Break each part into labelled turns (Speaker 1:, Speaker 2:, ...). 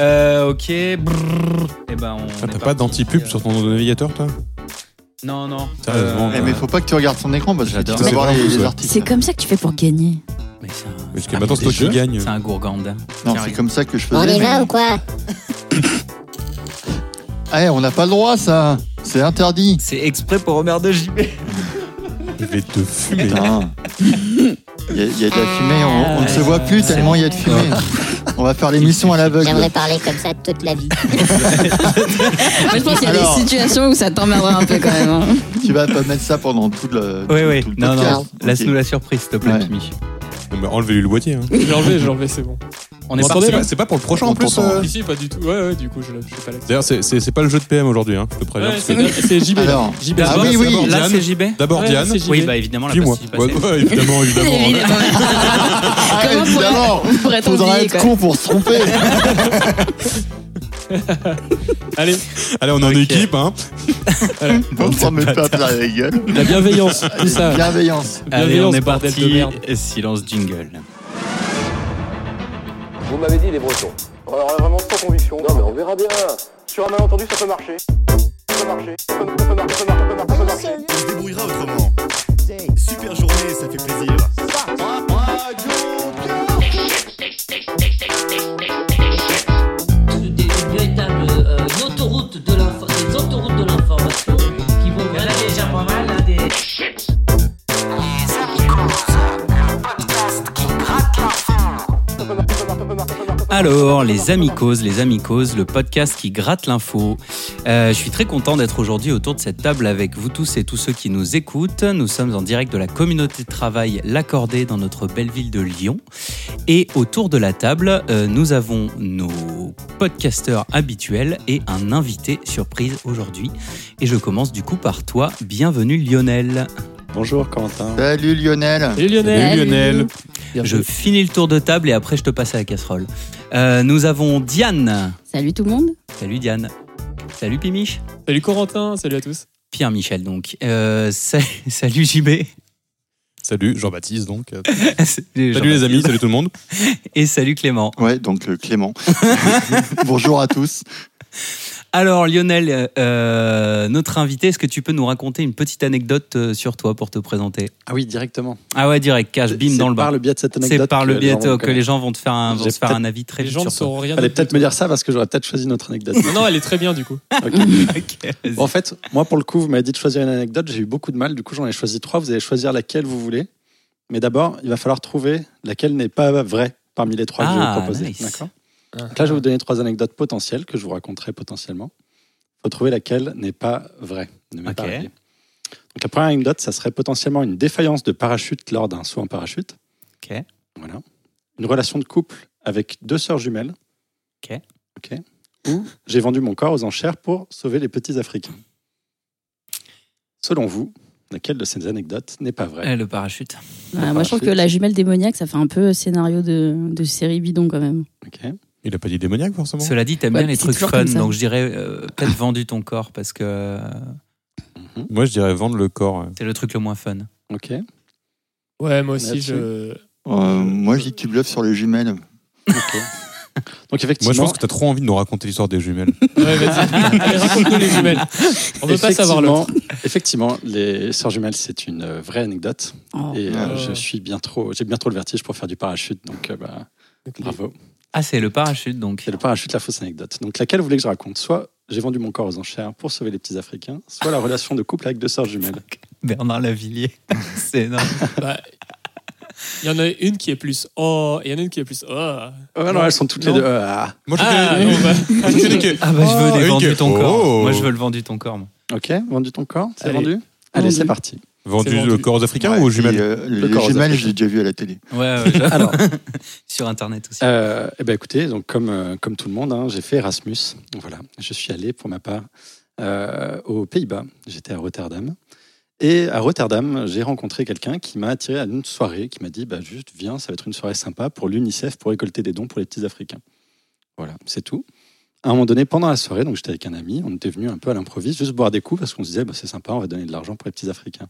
Speaker 1: Euh, ok. Brrr. Eh ben, on.
Speaker 2: Ah,
Speaker 1: est
Speaker 2: T'as pas
Speaker 1: parti. Euh,
Speaker 2: d'anti-pub sur ton navigateur, toi
Speaker 1: Non, non.
Speaker 2: Sérieusement,
Speaker 1: Euh,
Speaker 2: ouais.
Speaker 3: Eh, mais faut pas que tu regardes son écran parce que
Speaker 1: J'adore.
Speaker 3: tu dois
Speaker 2: C'est
Speaker 3: voir
Speaker 2: vrai,
Speaker 3: les,
Speaker 2: vous,
Speaker 3: les
Speaker 2: ouais.
Speaker 3: articles.
Speaker 4: C'est comme ça que tu fais pour gagner.
Speaker 1: Mais c'est un-
Speaker 2: Parce que
Speaker 1: Ah, mais
Speaker 2: maintenant,
Speaker 1: des
Speaker 2: c'est toi qui
Speaker 1: jeux,
Speaker 2: gagne.
Speaker 1: C'est un hein. gourgandin.
Speaker 3: Non, c'est
Speaker 1: Carré.
Speaker 3: comme ça que je
Speaker 5: On
Speaker 3: faisais.
Speaker 5: y
Speaker 3: mais-
Speaker 5: va ou quoi
Speaker 3: Eh, on n'a pas le droit, ça. C'est interdit.
Speaker 1: C'est exprès pour emmerder JB.
Speaker 2: Je vais te fumer.
Speaker 3: Putain. Il y, a- il y a de la fumée, on, on ne se
Speaker 1: ouais.
Speaker 3: voit plus tellement il y a de fumée. On va faire l'émission à l'aveugle.
Speaker 5: J'aimerais parler comme ça toute la vie.
Speaker 4: Moi, je pense qu'il y a
Speaker 3: Alors.
Speaker 4: des situations où ça t'emmerderait un peu quand même. hein.
Speaker 3: Tu vas pas mettre ça pendant tout le.
Speaker 1: Oui, oui.
Speaker 3: tout le
Speaker 1: Non, non.
Speaker 3: podcast. Ok.
Speaker 1: Laisse-nous la surprise, s'il te plaît,
Speaker 3: Ouais.
Speaker 1: Mimi.
Speaker 2: Bon, bah, Enlevez-lui le boîtier. hein.
Speaker 6: J'ai enlevé, j'ai enlevé, c'est bon.
Speaker 1: On est
Speaker 2: C'est
Speaker 1: parti.
Speaker 2: pas- C'est pas pour le prochain en
Speaker 3: On
Speaker 2: plus.
Speaker 3: t'entend.
Speaker 7: Ah.
Speaker 2: euh.
Speaker 6: Ici, pas du tout. Ouais, ouais, du coup, je l'ai je l'ai pas l'accès.
Speaker 2: D'ailleurs, c'est- c'est c'est pas le jeu de PM aujourd'hui, hein, je te préviens.
Speaker 6: Ouais,
Speaker 2: parce que
Speaker 6: c'est c'est JB. là.
Speaker 3: Alors.
Speaker 6: JB.
Speaker 3: Ah
Speaker 2: D'abord,
Speaker 3: oui, oui.
Speaker 2: d'abord
Speaker 1: Là,
Speaker 2: Diane,
Speaker 1: c'est JB
Speaker 2: D'abord
Speaker 6: Ouais,
Speaker 2: Diane,
Speaker 6: c'est JB.
Speaker 1: Oui, bah évidemment, la
Speaker 2: puis moi.
Speaker 1: pastille
Speaker 2: Ouais,
Speaker 1: passée.
Speaker 2: ouais, évidemment, évidemment.
Speaker 4: Évidemment.
Speaker 3: Ah,
Speaker 4: Comment
Speaker 3: évidemment Faudra
Speaker 4: pourrait t'oublier
Speaker 3: être
Speaker 4: quoi
Speaker 3: con pour se tromper.
Speaker 6: Allez,
Speaker 2: Allez, on est en
Speaker 1: Ok.
Speaker 2: équipe, hein.
Speaker 3: On s'en met pas plein la gueule.
Speaker 6: la bienveillance, c'est ça.
Speaker 3: Bienveillance.
Speaker 1: Allez, on
Speaker 6: Bienveillance,
Speaker 1: est
Speaker 6: bordel de
Speaker 1: parti.
Speaker 6: merde.
Speaker 1: Silence jingle.
Speaker 8: Vous m'avez dit les Bretons. Alors là, vraiment sans conviction. Non mais on verra bien. Sur un malentendu, ça peut marcher. Ça peut marcher. Ça peut, ça peut marcher. Ça peut marcher. Ça peut marcher. Ça peut marcher.
Speaker 9: On se débrouillera autrement. Super journée, ça fait plaisir.
Speaker 10: des véritables euh, autoroutes de l'info- des autoroutes de l'information qui vont vraiment déjà pas mal là, des
Speaker 1: Alors, les Amicos, les Amicos, le podcast qui gratte l'info. Euh, je suis très content d'être aujourd'hui autour de cette table avec vous tous et tous ceux qui nous écoutent. Nous sommes en direct de la communauté de travail L'Accordé dans notre belle ville de Lyon. Et autour de la table, euh, nous avons nos podcasteurs habituels et un invité surprise aujourd'hui. Et je commence du coup par toi. Bienvenue Lionel.
Speaker 7: Bonjour Quentin.
Speaker 3: Salut Lionel.
Speaker 6: Salut Lionel.
Speaker 4: Salut.
Speaker 2: Lionel.
Speaker 1: Je finis le tour de table et après je te passe à la casserole. Euh, nous avons Diane.
Speaker 4: Salut tout le monde.
Speaker 1: Salut Diane. Salut Pimiche.
Speaker 6: Salut Corentin, salut à tous.
Speaker 1: Pierre Michel donc. Euh, sa- salut JB.
Speaker 2: Salut, Jean-Baptiste, donc. Euh,
Speaker 1: salut
Speaker 2: Salut les amis, salut tout le monde.
Speaker 1: Et salut Clément.
Speaker 3: Ouais, donc euh, Clément. Bonjour à tous.
Speaker 1: Alors Lionel, euh, notre invité, est-ce que tu peux nous raconter une petite anecdote euh, sur toi pour te présenter
Speaker 7: Ah oui, directement.
Speaker 1: Ah ouais, direct, cash, bim
Speaker 7: C'est
Speaker 1: dans le
Speaker 7: Par
Speaker 1: bain.
Speaker 7: le biais de cette anecdote.
Speaker 1: C'est par le
Speaker 7: que
Speaker 1: biais
Speaker 7: gens vont
Speaker 1: que les
Speaker 7: connaître.
Speaker 1: gens vont te faire un, vont
Speaker 7: J'ai
Speaker 1: te faire un
Speaker 7: peut-être-
Speaker 1: avis très
Speaker 6: Les
Speaker 1: vite
Speaker 6: gens ne
Speaker 1: sur toi.
Speaker 6: sauront rien.
Speaker 7: Fallait
Speaker 6: de
Speaker 7: peut-être
Speaker 6: tout.
Speaker 7: me dire ça parce que j'aurais peut-être choisi une autre anecdote.
Speaker 6: Non, non, elle est très bien du coup.
Speaker 7: Ok. en fait, moi pour le coup, vous m'avez dit de choisir une anecdote, j'ai eu beaucoup de mal, du coup j'en ai choisi trois, vous allez choisir laquelle vous voulez. Mais d'abord, il va falloir trouver laquelle n'est pas vraie parmi les trois que je vais
Speaker 1: Ah,
Speaker 7: vous proposer.
Speaker 1: nice.
Speaker 7: D'accord Donc là, je vais vous donner trois anecdotes potentielles que je vous raconterai potentiellement. Il faut trouver laquelle n'est pas vraie. Ne m'est pas
Speaker 1: Ok.
Speaker 7: arrivée. Donc la première anecdote, ça serait potentiellement une défaillance de parachute lors d'un saut en parachute.
Speaker 1: Ok.
Speaker 7: Voilà. Une relation de couple avec deux sœurs jumelles.
Speaker 1: Ok.
Speaker 7: Ok. Ou j'ai vendu mon corps aux enchères pour sauver les petits Africains. Selon vous, laquelle de ces anecdotes n'est pas vraie
Speaker 1: Eh, le parachute.
Speaker 7: Ah,
Speaker 4: Bah, moi, je trouve que
Speaker 7: parachute.
Speaker 4: la jumelle démoniaque, ça fait un peu scénario de, de série bidon quand même.
Speaker 7: Ok.
Speaker 2: Il a pas dit démoniaque, forcément.
Speaker 1: Cela dit, t'aimes
Speaker 4: Ouais,
Speaker 1: bien les
Speaker 4: c'est
Speaker 1: trucs
Speaker 4: toujours
Speaker 1: fun,
Speaker 4: comme ça.
Speaker 1: donc je dirais euh, peut-être vendu ton corps parce que euh,
Speaker 2: Moi, je dirais vendre le corps.
Speaker 1: c'est le truc le moins fun.
Speaker 7: Mhm. Ok.
Speaker 6: Ouais, moi aussi,
Speaker 7: Là-dessus.
Speaker 6: je.
Speaker 3: Euh, moi, je dis que tu bluffes sur les jumelles.
Speaker 7: Ok. Donc effectivement,
Speaker 2: Moi, je pense que t'as trop envie de nous raconter l'histoire des jumelles.
Speaker 6: Ouais, vas-y. Allez, raconte-nous les jumelles. On veut pas savoir l'autre.
Speaker 7: effectivement- effectivement, les sœurs jumelles, c'est une euh, vraie anecdote.
Speaker 4: Oh.
Speaker 7: Et euh,
Speaker 6: Ah.
Speaker 7: je suis bien trop, j'ai bien trop le vertige pour faire du parachute, donc euh, bah, bravo.
Speaker 1: Ah, c'est le parachute donc.
Speaker 7: C'est le parachute, la fausse anecdote. Donc laquelle vous voulez que je raconte Soit j'ai vendu mon corps aux enchères pour sauver les petits Africains, soit la relation de couple avec deux sœurs jumelles.
Speaker 1: Bernard Lavillier. c'est énorme.
Speaker 6: Bah, Il y en a une qui est plus oh, et il y en a une qui est plus oh.
Speaker 7: Oh, non, elles sont toutes
Speaker 6: Non.
Speaker 7: les deux. euh, ah.
Speaker 2: Moi, je
Speaker 6: Ah,
Speaker 2: dirais-
Speaker 6: bon, bah,
Speaker 2: je dirais que-
Speaker 1: Ah bah je veux
Speaker 2: Oh,
Speaker 1: des
Speaker 2: ok.
Speaker 1: vendus ton corps.
Speaker 2: Oh.
Speaker 1: Moi je veux le vendu ton corps. moi.
Speaker 7: Ok, vendu ton corps C'est
Speaker 6: Allez.
Speaker 7: vendu Allez,
Speaker 4: Vendu.
Speaker 7: c'est parti.
Speaker 2: Vendu
Speaker 6: C'est vendu.
Speaker 2: le corps aux Africains
Speaker 3: Ouais,
Speaker 2: ou aux
Speaker 3: puis,
Speaker 2: jumelles
Speaker 3: euh,
Speaker 7: Le
Speaker 3: Les
Speaker 7: corps aux
Speaker 3: jumelles, je
Speaker 7: Africains.
Speaker 3: l'ai déjà vu à la télé.
Speaker 1: Ouais, ouais, j'avoue.
Speaker 7: Alors,
Speaker 1: sur internet aussi.
Speaker 7: euh, eh ben, écoutez, donc, comme, euh, comme tout le monde, hein, j'ai fait Erasmus. Voilà, je suis allé pour ma part euh, aux Pays-Bas. J'étais à Rotterdam. Et à Rotterdam, j'ai rencontré quelqu'un qui m'a attiré à une soirée, qui m'a dit bah, juste viens, ça va être une soirée sympa pour l'UNICEF pour récolter des dons pour les petits Africains. Voilà, c'est tout. À un moment donné, pendant la soirée, donc j'étais avec un ami, on était venu un peu à l'improviste, juste boire des coups parce qu'on se disait bah, c'est sympa, on va donner de l'argent pour les petits Africains.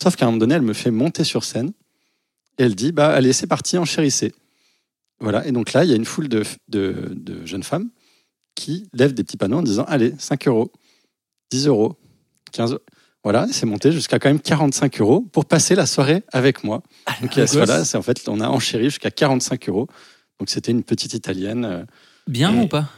Speaker 7: Sauf qu'à un moment donné, elle me fait monter sur scène et elle dit bah allez, c'est parti, enchérissez. Voilà, et donc là, il y a une foule de, de- de jeunes femmes qui lève des petits panneaux en disant Allez, 5 euros, 10 euros, 15 euros. Voilà, et c'est monté jusqu'à quand même 45 euros pour passer la soirée avec moi. Donc
Speaker 6: Ah, la
Speaker 7: à ce
Speaker 6: gosse.
Speaker 7: là c'est en fait, on a enchéri jusqu'à 45 euros. Donc c'était une petite italienne euh,
Speaker 1: Bien ou pas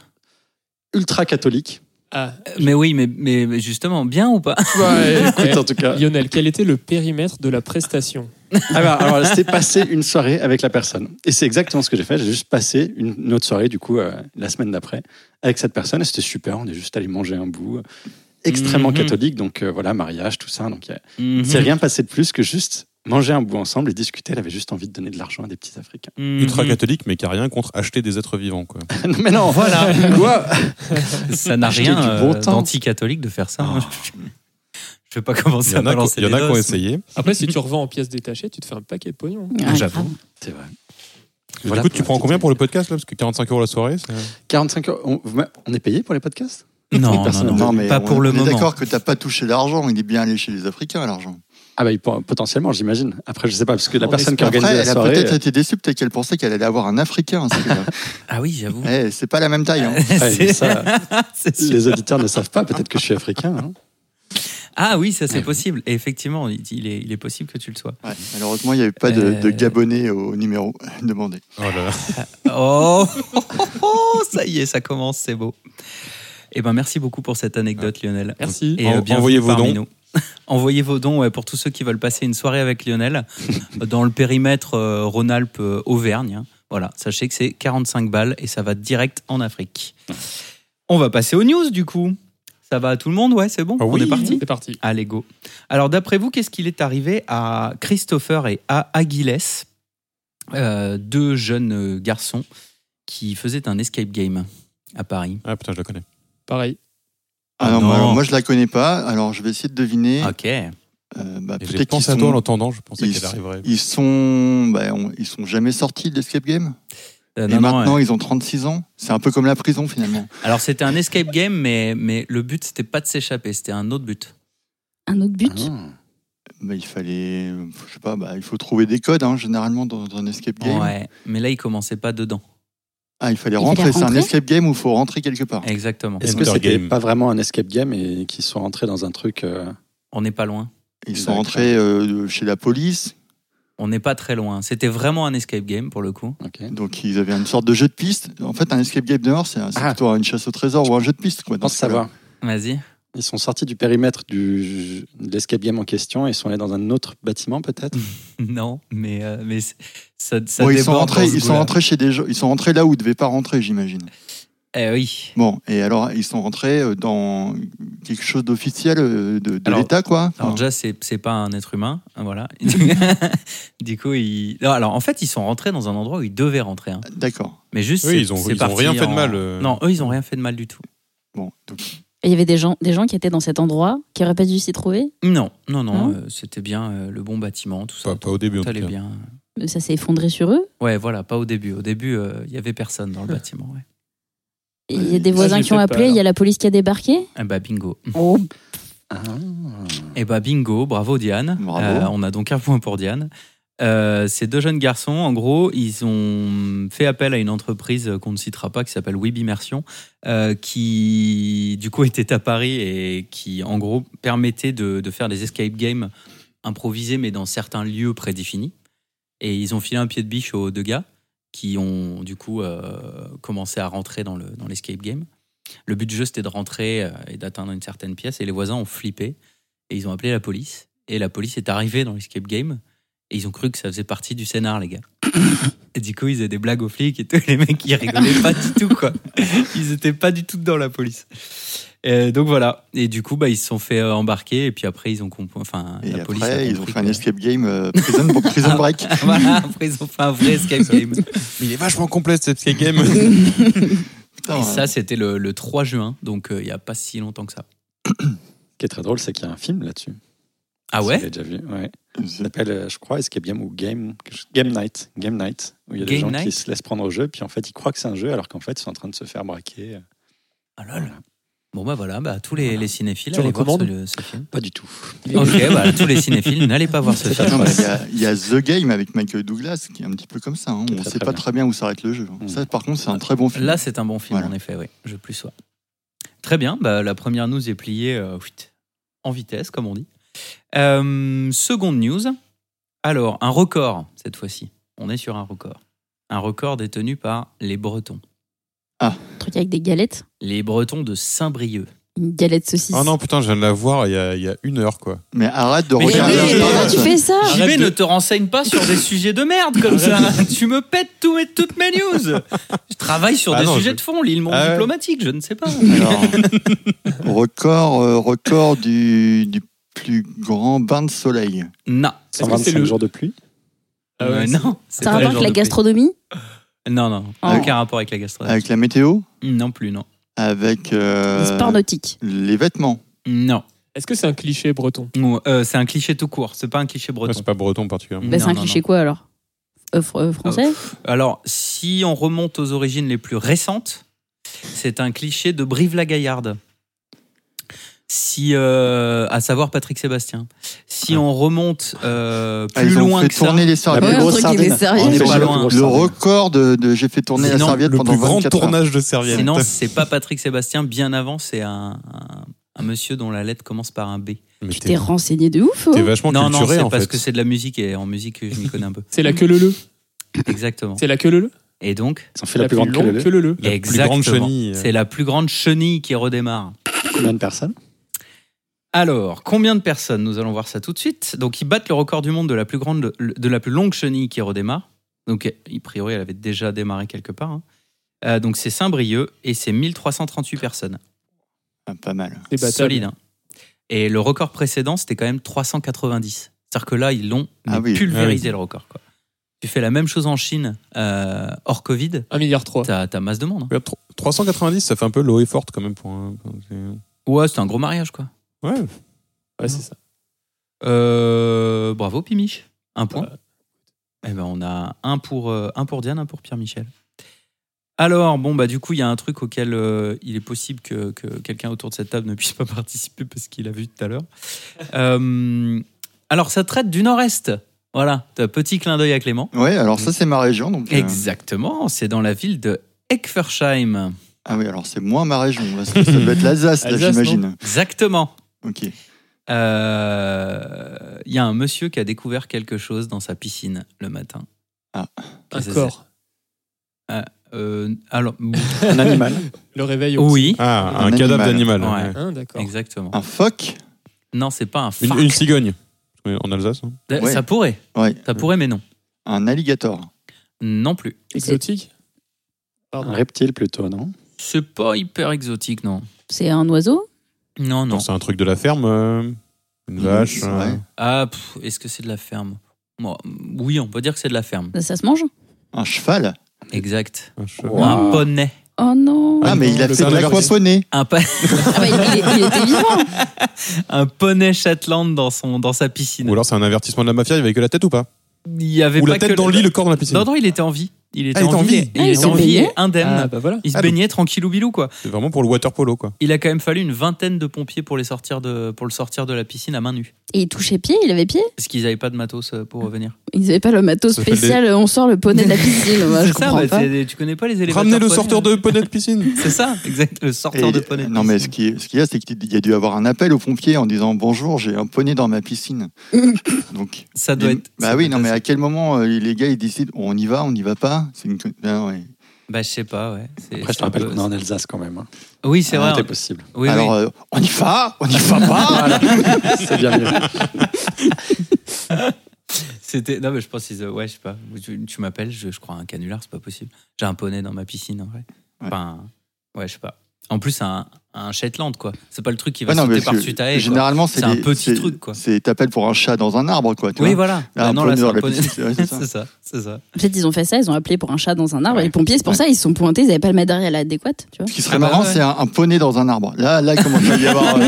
Speaker 7: ultra catholique.
Speaker 6: Ah,
Speaker 1: Euh, Mais oui, mais, mais mais justement, bien ou pas
Speaker 7: Écoute, en tout cas,
Speaker 6: Lionel, quel était le périmètre de la prestation
Speaker 7: Ah bah, alors c'était passer une soirée avec la personne. Et c'est exactement ce que j'ai fait. J'ai juste passé une, une autre soirée, du coup, euh, la semaine d'après, avec cette personne. Et c'était super. On est juste allé manger un bout. euh, Extrêmement
Speaker 1: Mhm.
Speaker 7: catholique. Donc euh, voilà, mariage, tout ça. Donc il y a-
Speaker 1: Mhm.
Speaker 7: c'est rien passé de plus que juste manger un bout ensemble et discuter. Elle avait juste envie de donner de l'argent à des petits Africains.
Speaker 1: Mhm.
Speaker 2: Ultra catholique, mais qui a rien contre acheter des êtres vivants. Quoi.
Speaker 7: Mais non, voilà. Quoi
Speaker 1: Ça n'a
Speaker 7: Acheter
Speaker 1: rien
Speaker 7: du bon
Speaker 1: euh,
Speaker 7: temps. Oh.
Speaker 1: d'anti-catholique de faire ça. hein. Je vais pas commencer
Speaker 2: Il y
Speaker 1: à
Speaker 2: en a,
Speaker 1: balancer
Speaker 2: qui- il y en
Speaker 1: des
Speaker 2: a qui ont
Speaker 1: doses.
Speaker 2: essayé.
Speaker 6: Après, si tu revends en pièces détachées, tu te fais un paquet de pognon.
Speaker 4: Ouais,
Speaker 1: J'avoue.
Speaker 4: grave.
Speaker 7: C'est vrai.
Speaker 2: Mais
Speaker 7: Voilà
Speaker 2: du coup, tu
Speaker 7: pour
Speaker 2: prends
Speaker 7: la petite
Speaker 2: combien pour le podcast là Parce que 45 euros la soirée, c'est-
Speaker 7: 45 euros. On, on est payé pour les podcasts
Speaker 1: Non, non,
Speaker 7: personne.
Speaker 1: Ah non,
Speaker 7: Non,
Speaker 1: pas
Speaker 3: on-
Speaker 1: pour le
Speaker 3: on est
Speaker 1: moment.
Speaker 3: d'accord que t'as pas touché l'argent, il est bien allé chez les Africains l'argent.
Speaker 7: Ah bah il peut- potentiellement, j'imagine. Après, je sais pas, parce que la
Speaker 6: On
Speaker 7: personne qui
Speaker 6: espère.
Speaker 7: organisait
Speaker 3: Après,
Speaker 7: la
Speaker 3: elle a
Speaker 7: soirée.
Speaker 1: euh.
Speaker 7: euh,
Speaker 3: peut-être été déçue, peut-être qu'elle pensait qu'elle allait avoir un Africain. parce que-
Speaker 1: Ah oui, j'avoue.
Speaker 3: Eh, c'est pas la même taille. hein.
Speaker 7: Ouais, mais
Speaker 1: C'est-
Speaker 7: ça,
Speaker 1: c'est sûr.
Speaker 7: les auditeurs ne savent pas, peut-être que je suis africain. hein.
Speaker 1: Ah oui, ça
Speaker 7: Ouais,
Speaker 1: c'est
Speaker 7: oui.
Speaker 1: possible. Et effectivement, il il est, il est possible que tu le sois.
Speaker 3: Ouais, malheureusement, il n'y avait pas de, de
Speaker 1: Euh.
Speaker 3: Gabonais au numéro demandé.
Speaker 2: Oh là là.
Speaker 1: Oh, Oh, ça y est, ça commence, c'est beau. Eh ben, merci beaucoup pour cette anecdote, Lionel.
Speaker 6: Merci.
Speaker 1: Et
Speaker 2: En-
Speaker 1: euh, bienvenue
Speaker 2: envoyez vos
Speaker 1: parmi
Speaker 2: dons.
Speaker 1: nous. envoyez vos dons ouais, pour tous ceux qui veulent passer une soirée avec Lionel dans le périmètre euh, Rhône-Alpes euh, Auvergne. hein. Voilà, sachez que c'est 45 balles et ça va direct en Afrique. On va passer aux news du coup. Ça va à tout le monde, ouais, c'est bon,
Speaker 2: Ah
Speaker 1: on
Speaker 2: oui.
Speaker 1: est parti.
Speaker 6: C'est parti.
Speaker 1: Allez, go. Alors, d'après vous, qu'est-ce qu'il est arrivé à Christopher et à Aguiles, euh, deux jeunes euh, garçons qui faisaient un escape game à Paris
Speaker 2: Ah putain, je la connais.
Speaker 6: Pareil.
Speaker 3: Ah non,
Speaker 1: non. Ah,
Speaker 3: Moi, alors, moi, je la connais pas, alors je vais essayer de deviner.
Speaker 1: Ok.
Speaker 3: Euh, bah,
Speaker 2: Et
Speaker 3: Peut-être
Speaker 2: J'ai
Speaker 3: qu'ils
Speaker 2: pensé à toi en
Speaker 3: sont,
Speaker 2: l'entendant, je pensais
Speaker 3: ils
Speaker 2: qu'elle
Speaker 3: sont-
Speaker 2: arriverait.
Speaker 3: ils sont, bah, on- ils sont jamais sortis de l'escape game.
Speaker 1: Euh,
Speaker 3: et
Speaker 1: non, non,
Speaker 3: maintenant,
Speaker 1: euh,
Speaker 3: ils ont 36 ans. C'est un peu comme la prison finalement.
Speaker 1: alors, c'était un escape game, mais, mais le but, c'était pas de s'échapper, c'était un autre but.
Speaker 4: Un autre
Speaker 7: Ah
Speaker 4: but
Speaker 3: Bah, il fallait, euh, je sais pas, bah, il faut trouver des codes hein, généralement dans, dans un escape game.
Speaker 1: Ouais, mais là, ils commençaient pas dedans.
Speaker 3: Ah, il fallait
Speaker 4: fallait
Speaker 3: rentrer. C'est un
Speaker 4: rentrer
Speaker 3: escape game où il faut rentrer quelque part.
Speaker 1: Exactement.
Speaker 7: Est-ce que
Speaker 2: Enter
Speaker 7: c'était
Speaker 2: game.
Speaker 7: pas vraiment un escape game et qu'ils sont rentrés dans un truc euh,
Speaker 1: On n'est pas loin.
Speaker 3: Ils sont
Speaker 7: D'accord.
Speaker 3: rentrés euh, chez la police,
Speaker 1: On n'est pas très loin. C'était vraiment un escape game pour le coup.
Speaker 7: ok. Je
Speaker 3: donc ils avaient une sorte de jeu de piste. En fait, un escape game dehors, c'est un- c'est
Speaker 7: Ah.
Speaker 3: plutôt une chasse au trésor ou un jeu de piste. Quoi, euh, dans
Speaker 7: pense
Speaker 3: ce cas-là.
Speaker 7: savoir.
Speaker 1: Vas-y.
Speaker 7: Ils sont sortis du périmètre du, de l'escape game en question et sont allés dans un autre bâtiment peut-être
Speaker 1: Non, mais, euh, mais c'est- ça, ça
Speaker 3: Bon, ils sont
Speaker 1: déborde
Speaker 3: rentrés,
Speaker 1: dans ce
Speaker 3: ils sont
Speaker 1: goût-là.
Speaker 3: rentrés chez des gens, ils sont rentrés là où ils devaient pas rentrer, j'imagine.
Speaker 1: Eh oui.
Speaker 3: Bon, et alors ils sont rentrés euh, dans quelque chose d'officiel euh, de, de
Speaker 1: Alors-
Speaker 3: l'État, quoi.
Speaker 1: Alors
Speaker 3: Enfin,
Speaker 1: déjà, c'est c'est pas un être humain, hein, voilà. du coup, ils... non, alors en fait, ils sont rentrés dans un endroit où ils devaient rentrer. hein.
Speaker 3: D'accord.
Speaker 1: Mais juste,
Speaker 2: Oui,
Speaker 1: c'est-
Speaker 2: ils ont-
Speaker 1: c'est
Speaker 2: ils ont
Speaker 1: parti
Speaker 2: rien fait de
Speaker 1: en-
Speaker 2: mal, euh.
Speaker 1: Non, eux, ils ont rien fait de mal du tout.
Speaker 3: Bon, donc,
Speaker 4: Et il y avait des gens, des gens qui étaient dans cet endroit, qui auraient pas dû s'y trouver.
Speaker 1: Non, non, non.
Speaker 4: Non
Speaker 1: euh, C'était bien euh, le bon bâtiment, tout ça.
Speaker 2: Hein Pas, pas au début en
Speaker 1: tout
Speaker 2: tout
Speaker 1: allait
Speaker 2: cas.
Speaker 1: bien.
Speaker 4: Mais Ça s'est effondré sur eux.
Speaker 1: Ouais, voilà, pas au début. Au début, euh, il y avait personne dans le bâtiment. Ouais.
Speaker 4: Et Il y a des
Speaker 6: Ça,
Speaker 4: voisins
Speaker 6: j'ai
Speaker 4: qui ont
Speaker 6: fait
Speaker 4: appelé,
Speaker 6: peur.
Speaker 4: il y a la police qui a débarqué.
Speaker 1: Eh bah bingo.
Speaker 4: Oh.
Speaker 7: Ah.
Speaker 1: Eh bah bingo, bravo Diane.
Speaker 3: Bravo.
Speaker 1: Euh, on a donc un point pour Diane. Euh, ces deux jeunes garçons, en gros, ils ont fait appel à une entreprise qu'on ne citera pas, qui s'appelle Webimmersion, euh, qui du coup était à Paris et qui, en gros, permettait de, de faire des escape games improvisés, mais dans certains lieux prédéfinis. Et ils ont filé un pied de biche aux deux gars, qui ont du coup euh, commencé à rentrer dans le- dans l'escape game. Le but du jeu, c'était de rentrer euh, et d'atteindre une certaine pièce, et les voisins ont flippé et ils ont appelé la police. Et la police est arrivée dans l'escape game et ils ont cru que ça faisait partie du scénar, les gars. Et du coup, ils faisaient des blagues aux flics et tout. Les mecs, ils rigolaient pas du tout, quoi. Ils étaient pas du tout dans la police. Et donc voilà. Et du coup, bah, ils se sont fait euh, embarquer et puis après, ils ont compris. Enfin,
Speaker 3: et
Speaker 1: la police. a
Speaker 3: après, ils ont
Speaker 1: compris
Speaker 3: fait un
Speaker 1: que-
Speaker 3: escape game euh, prison, prison break.
Speaker 1: voilà, après, ils ont fait un vrai escape game.
Speaker 2: Mais il est vachement complexe cette escape game.
Speaker 3: Putain,
Speaker 1: Et ça, c'était le, le 3 juin, donc euh, il y a pas si longtemps que ça.
Speaker 7: Ce qui est très drôle, c'est qu'il y a un film là-dessus.
Speaker 1: Ah
Speaker 7: Si
Speaker 1: ouais
Speaker 7: vous l'avez déjà vu. Ouais.
Speaker 3: euh,
Speaker 7: Ça s'appelle, euh, je crois, Escape Game ou Game, quelque chose- Game Night. Game Night, où il y a des
Speaker 1: Game
Speaker 7: gens
Speaker 1: Night
Speaker 7: qui se laissent prendre au jeu, puis en fait ils croient que c'est un jeu alors qu'en fait ils sont en train de se faire braquer.
Speaker 1: Ah lol. Bon bah voilà, bah, tous les, les cinéphiles,
Speaker 6: Tu
Speaker 1: allez voir
Speaker 6: recommandes
Speaker 1: ce, ce film.
Speaker 7: Pas du tout.
Speaker 1: Ok, bah, tous les cinéphiles, n'allez pas voir ce film.
Speaker 3: Ah Non, mais Il y a- il y, a The Game avec Michael Douglas qui est un petit peu comme ça. hein. On
Speaker 7: Très,
Speaker 3: ne
Speaker 7: très
Speaker 3: sait pas
Speaker 7: bien.
Speaker 3: très bien où s'arrête le jeu.
Speaker 7: Mm.
Speaker 3: Ça, par contre, c'est un très bon film.
Speaker 1: Là, c'est un bon film,
Speaker 3: Voilà.
Speaker 1: en effet, oui. Je plus sois. Très bien, bah, la première news est pliée euh, whitt, en vitesse, comme on dit. Euh, seconde news. Alors, un record, cette fois-ci. On est sur un record. Un record détenu par les Bretons.
Speaker 4: Un truc avec des galettes.
Speaker 1: Les Bretons de Saint-Brieuc.
Speaker 4: Une galette saucisse.
Speaker 2: Ah non, putain, je viens de la voir il y a, il y a une heure, quoi.
Speaker 3: Mais arrête de
Speaker 1: Mais
Speaker 4: Eh Mais
Speaker 3: regarder.
Speaker 1: oui,
Speaker 3: un
Speaker 1: mais
Speaker 3: film.
Speaker 4: pourquoi tu fais ça
Speaker 1: JB,
Speaker 6: Arrête de-
Speaker 1: ne te renseigne pas sur des sujets de merde comme ça. tu me pètes tous mes- toutes mes news. Je travaille sur
Speaker 2: Ah
Speaker 1: des
Speaker 2: non,
Speaker 1: sujets
Speaker 2: je-
Speaker 1: de fond, l'île
Speaker 2: Ah ouais.
Speaker 1: diplomatique, je ne sais pas.
Speaker 3: Alors, record, euh, record du, du plus grand bain de soleil.
Speaker 1: Non.
Speaker 6: que c'est
Speaker 7: 125
Speaker 6: le-
Speaker 7: jours de pluie.
Speaker 6: Ah ouais,
Speaker 1: Euh,
Speaker 6: c'est-
Speaker 1: non. c'est
Speaker 4: Ça a
Speaker 1: pas
Speaker 4: un
Speaker 1: le genre
Speaker 4: rapport avec la
Speaker 1: de pays.
Speaker 4: gastronomie
Speaker 1: Non, non,
Speaker 4: Ah.
Speaker 1: aucun rapport avec la gastronomie.
Speaker 3: Avec la météo,
Speaker 1: Non plus, non.
Speaker 3: avec euh,
Speaker 4: Les sports nautiques.
Speaker 3: les vêtements.
Speaker 1: Non.
Speaker 6: Est-ce que c'est un cliché breton
Speaker 1: Ou, euh, c'est un cliché tout court, c'est pas un cliché
Speaker 2: Ouais,
Speaker 1: breton.
Speaker 2: c'est pas breton particulièrement.
Speaker 4: Bah,
Speaker 1: Non,
Speaker 4: c'est un
Speaker 1: non,
Speaker 4: cliché
Speaker 1: non.
Speaker 4: quoi alors Euh, fr- euh, Français
Speaker 1: Alors, si on remonte aux origines les plus récentes, c'est un cliché de Brive-la-Gaillarde. Si, euh, à savoir Patrick Sébastien. Si
Speaker 2: Ah.
Speaker 1: on remonte euh,
Speaker 3: Ah,
Speaker 1: plus
Speaker 3: ils ont
Speaker 1: loin
Speaker 3: fait
Speaker 1: que ça,
Speaker 3: tourner les serviettes.
Speaker 4: Ouais, un
Speaker 7: grosse
Speaker 4: truc qui
Speaker 7: sardine.
Speaker 4: est sérieux.
Speaker 1: On est
Speaker 7: J'ai
Speaker 1: pas
Speaker 7: la
Speaker 1: loin.
Speaker 7: plus grosse
Speaker 3: Le
Speaker 7: sardine.
Speaker 3: record de, de- j'ai fait tourner la
Speaker 1: Sinon,
Speaker 3: serviette
Speaker 2: Le
Speaker 3: pendant
Speaker 2: plus grand
Speaker 3: 24 heures.
Speaker 2: tournage de serviette.
Speaker 1: sinon c'est pas Patrick Sébastien. Bien avant, c'est un, un- un monsieur dont la lettre commence par un B.
Speaker 2: Mais
Speaker 4: Tu t'es
Speaker 2: t'es
Speaker 4: renseigné de ouf oh.
Speaker 2: t'es vachement
Speaker 1: Non, non,
Speaker 2: culturé,
Speaker 1: c'est
Speaker 2: en
Speaker 1: parce
Speaker 2: fait.
Speaker 1: que c'est de la musique et en musique je m'y connais un peu.
Speaker 6: C'est la queue leu
Speaker 1: Exactement.
Speaker 6: C'est la queue leu
Speaker 1: Et donc,
Speaker 7: Ça en fait la, plus grande queue leu
Speaker 6: queue leu
Speaker 2: La
Speaker 1: exactement.
Speaker 2: plus grande chenille. euh.
Speaker 1: C'est la plus grande chenille qui redémarre.
Speaker 7: Combien de personnes
Speaker 1: Alors, combien de personnes Nous allons voir ça tout de suite. Donc, ils battent le record du monde de la plus grande, de la plus longue chenille qui redémarre. Donc, a priori, elle avait déjà démarré quelque part. hein. Euh, donc, c'est Saint-Brieuc et c'est 1338 personnes.
Speaker 3: Ah, pas mal.
Speaker 6: C'est
Speaker 1: Solide. hein. Et le record précédent, c'était quand même 390. C'est-à-dire que là, ils l'ont mais
Speaker 3: Ah oui.
Speaker 1: pulvérisé le record. quoi. Tu fais la même chose en Chine, euh, hors Covid,
Speaker 6: 1 milliard 3.
Speaker 1: t'as t'as masse de monde. hein.
Speaker 2: Ouais, tro- 390, ça fait un peu low et forte quand même pour un. pour un-
Speaker 1: Ouais, c'était un gros mariage, quoi.
Speaker 2: Ouais,
Speaker 6: Ouais, c'est ça.
Speaker 1: Euh, bravo, Pimiche. Un point. Eh ben, on a un pour, euh, un pour Diane, un pour Pierre-Michel. Alors, bon, bah, du coup, il y a un truc auquel euh, il est possible que, que quelqu'un autour de cette table ne puisse pas participer parce qu'il a vu tout à l'heure. Euh, alors, ça traite du Nord-Est. Voilà, t'as un petit clin d'œil à Clément.
Speaker 3: Ouais, alors ça c'est ma région donc. euh,
Speaker 1: Exactement, c'est dans la ville de Eckfersheim.
Speaker 3: ah oui, alors c'est moins ma région. là, ça, ça doit être l'Alsace, là,
Speaker 6: Alsace,
Speaker 3: j'imagine.
Speaker 1: Exactement.
Speaker 3: Ok.
Speaker 1: Euh, Il y a un monsieur qui a découvert quelque chose dans sa piscine le matin.
Speaker 3: Ah.
Speaker 6: Un
Speaker 1: Qu'est-ce que
Speaker 6: corps.
Speaker 1: c'est Euh, alors,
Speaker 7: Un animal.
Speaker 6: Le réveil aussi.
Speaker 1: oui,
Speaker 2: Ah, un,
Speaker 3: Un
Speaker 2: cadavre
Speaker 3: animal.
Speaker 2: d'animal.
Speaker 1: Ouais.
Speaker 2: ouais.
Speaker 6: Hein, d'accord.
Speaker 1: exactement.
Speaker 3: Un phoque.
Speaker 1: Non, c'est pas un
Speaker 2: Une,
Speaker 1: phaque.
Speaker 2: une cigogne. Ouais, En Alsace. hein.
Speaker 1: Ça
Speaker 3: Ouais.
Speaker 1: pourrait,
Speaker 3: Ouais.
Speaker 1: ça pourrait, mais non.
Speaker 3: Un alligator.
Speaker 1: Non plus.
Speaker 6: Exotique
Speaker 7: Un
Speaker 6: Pardon.
Speaker 7: reptile plutôt, non
Speaker 1: C'est pas hyper exotique, non.
Speaker 4: C'est un oiseau
Speaker 1: Non, non.
Speaker 2: Non, C'est un truc de la ferme. euh,
Speaker 3: Mmh.
Speaker 2: Une vache.
Speaker 3: C'est
Speaker 2: euh,
Speaker 3: vrai.
Speaker 1: Ah, pff, est-ce que c'est de la ferme Bon, Oui, on peut dire que c'est de la ferme.
Speaker 4: Ça se mange
Speaker 3: Un cheval.
Speaker 1: Exact.
Speaker 2: un cheval.
Speaker 7: Wow.
Speaker 1: Un poney.
Speaker 4: Oh non
Speaker 3: Ah,
Speaker 2: Ah,
Speaker 3: mais
Speaker 2: non,
Speaker 3: il a
Speaker 2: le
Speaker 3: fait de
Speaker 2: Berger.
Speaker 3: l'aquaponie.
Speaker 1: Un, pa-
Speaker 4: Ah bah, il, il- il était vivant
Speaker 1: un poney Shetland dans, son, dans sa piscine.
Speaker 2: Ou alors c'est un avertissement de la mafia, il y avait que la tête ou pas
Speaker 1: Il y avait
Speaker 2: Ou
Speaker 1: pas
Speaker 2: la tête
Speaker 1: que
Speaker 2: dans le lit, le corps dans la piscine.
Speaker 1: Non, non, il était en vie. Il était,
Speaker 2: Ah, il était
Speaker 1: en,
Speaker 2: en
Speaker 1: vie.
Speaker 2: vie.
Speaker 1: et-
Speaker 4: Ah,
Speaker 1: et
Speaker 4: il
Speaker 1: Il était
Speaker 4: s'est
Speaker 1: en vie
Speaker 4: baigné.
Speaker 1: et indemne.
Speaker 6: Ah, bah voilà.
Speaker 1: Il se
Speaker 2: Ah, donc-
Speaker 1: baignait tranquillou bilou quoi.
Speaker 2: C'est vraiment pour le water polo quoi.
Speaker 1: Il a quand même fallu une vingtaine de pompiers pour les sortir de pour le sortir de la piscine à main nue.
Speaker 4: Et il touchait pied, il avait pied
Speaker 1: Parce qu'ils n'avaient pas de matos euh, pour revenir.
Speaker 4: Ils n'avaient pas le matos
Speaker 2: Ça fait des-
Speaker 4: spécial, on sort le poney de la piscine. Moi, je
Speaker 1: C'est ça,
Speaker 4: comprends
Speaker 1: bah,
Speaker 4: pas.
Speaker 1: c'est- tu connais pas les élévateurs.
Speaker 2: Ramenez le
Speaker 1: poney,
Speaker 2: sorteur
Speaker 1: hein.
Speaker 2: de poney de piscine.
Speaker 1: C'est ça, exact, le sorteur
Speaker 3: Et-
Speaker 1: de poney.
Speaker 3: Non, mais ce qui- ce qu'il y a, c'est qu'il y a dû avoir un appel aux pompiers en disant bonjour, j'ai un poney dans ma piscine. Donc.
Speaker 1: ça doit
Speaker 3: les-
Speaker 1: être. ça
Speaker 3: Bah
Speaker 1: doit
Speaker 3: oui,
Speaker 1: être
Speaker 3: non, mais
Speaker 1: ça.
Speaker 3: à quel moment euh, les gars ils décident on y va, on y va pas C'est une. con- Ah, ouais.
Speaker 1: Bah je sais pas, ouais. C'est-
Speaker 7: Après, je
Speaker 1: c'est
Speaker 7: te
Speaker 1: un
Speaker 7: rappelle
Speaker 1: peu-
Speaker 7: qu'on est en Alsace quand même. hein.
Speaker 1: Oui, c'est vrai.
Speaker 7: Tout est possible.
Speaker 1: Oui, oui.
Speaker 3: Alors, euh, on y va, on y va pas.
Speaker 7: C'est bien mieux.
Speaker 1: C'était. Non, mais je pense qu'ils. euh, Ouais, je sais pas. Tu, tu m'appelles, je, je crois, un canular, c'est pas possible. J'ai un poney dans ma piscine, en vrai. Enfin, ouais, je sais pas. En plus, un, un Shetland, quoi. C'est pas le truc qui va
Speaker 3: Ouais, Ah non,
Speaker 1: sauter
Speaker 3: parce que
Speaker 1: par-dessus ta haie. quoi.
Speaker 3: Généralement, c'est
Speaker 1: C'est un
Speaker 3: des-
Speaker 1: petit
Speaker 3: c'est-
Speaker 1: truc, quoi.
Speaker 3: C'est t'appelles pour un chat dans un arbre, quoi. Tu
Speaker 1: Oui,
Speaker 3: vois
Speaker 1: voilà.
Speaker 3: Là,
Speaker 1: Bah
Speaker 3: Ah, un
Speaker 1: non, là,
Speaker 3: poney
Speaker 1: c'est
Speaker 3: dans
Speaker 1: un
Speaker 3: la
Speaker 1: poney.
Speaker 3: piscine, ouais,
Speaker 1: C'est
Speaker 3: c'est ça.
Speaker 1: ça, c'est ça.
Speaker 4: Peut-être ils ont fait ça, ils ont appelé pour un chat dans un arbre.
Speaker 3: Ouais.
Speaker 4: Et les pompiers, c'est pour
Speaker 3: Ouais.
Speaker 4: ça, ils se sont pointés, ils n'avaient pas le matériel adéquat, tu vois.
Speaker 3: Ce qui serait
Speaker 1: Ah bah
Speaker 3: marrant,
Speaker 1: ouais.
Speaker 3: c'est un, un poney dans un arbre. Là, là, comment ça y avoir euh,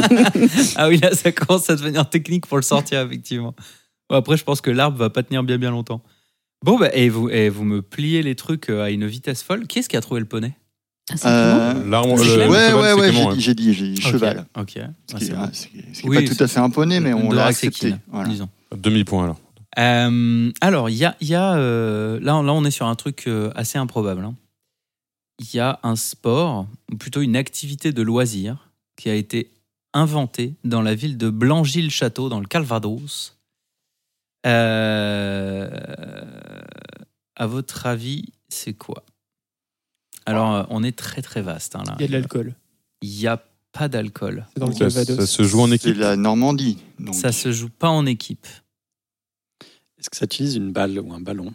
Speaker 1: Ah oui, là, ça commence à devenir technique pour le sortir, effectivement. Bon, après, je pense que l'arbre va pas tenir bien, bien longtemps. Bon, bah, et vous, et vous me pliez les trucs euh, à une vitesse folle. Qui est-ce qui a trouvé le poney
Speaker 4: Ah, c'est vraiment
Speaker 3: Euh,
Speaker 2: L'arme,
Speaker 3: ouais,
Speaker 2: le- le
Speaker 3: ouais,
Speaker 2: cheval,
Speaker 3: ouais,
Speaker 2: c'est
Speaker 3: j'ai
Speaker 2: comment,
Speaker 3: dit-
Speaker 2: hein
Speaker 3: j'ai dit, j'ai dit
Speaker 1: Ok,
Speaker 3: cheval.
Speaker 1: Ok. Ah,
Speaker 3: Ce qui
Speaker 1: c'est
Speaker 3: est,
Speaker 1: bon.
Speaker 3: ah, ce qui est- ce qui est
Speaker 1: Oui,
Speaker 3: pas tout à fait un poney, mais on l'a
Speaker 1: Dora
Speaker 3: accepté.
Speaker 1: Sekine,
Speaker 3: Voilà.
Speaker 1: disons.
Speaker 2: Demi-point alors.
Speaker 1: Euh, alors, il y a, il y a, euh, là, là, on est sur un truc euh, assez improbable. hein. Il y a un sport, ou plutôt une activité de loisir, qui a été inventée dans la ville de Blangy-le-Château, dans le Calvados. Euh, à votre avis, c'est quoi Alors, euh, on est très très vaste. hein, là.
Speaker 6: Il y a de l'alcool.
Speaker 1: Il n'y a pas d'alcool.
Speaker 6: C'est dans le
Speaker 2: Ça, ça
Speaker 6: Calvados.
Speaker 2: se joue en
Speaker 3: C'est
Speaker 2: équipe.
Speaker 3: la Normandie. Donc,
Speaker 1: Ça se joue pas en équipe.
Speaker 7: Est-ce que ça utilise une balle ou un ballon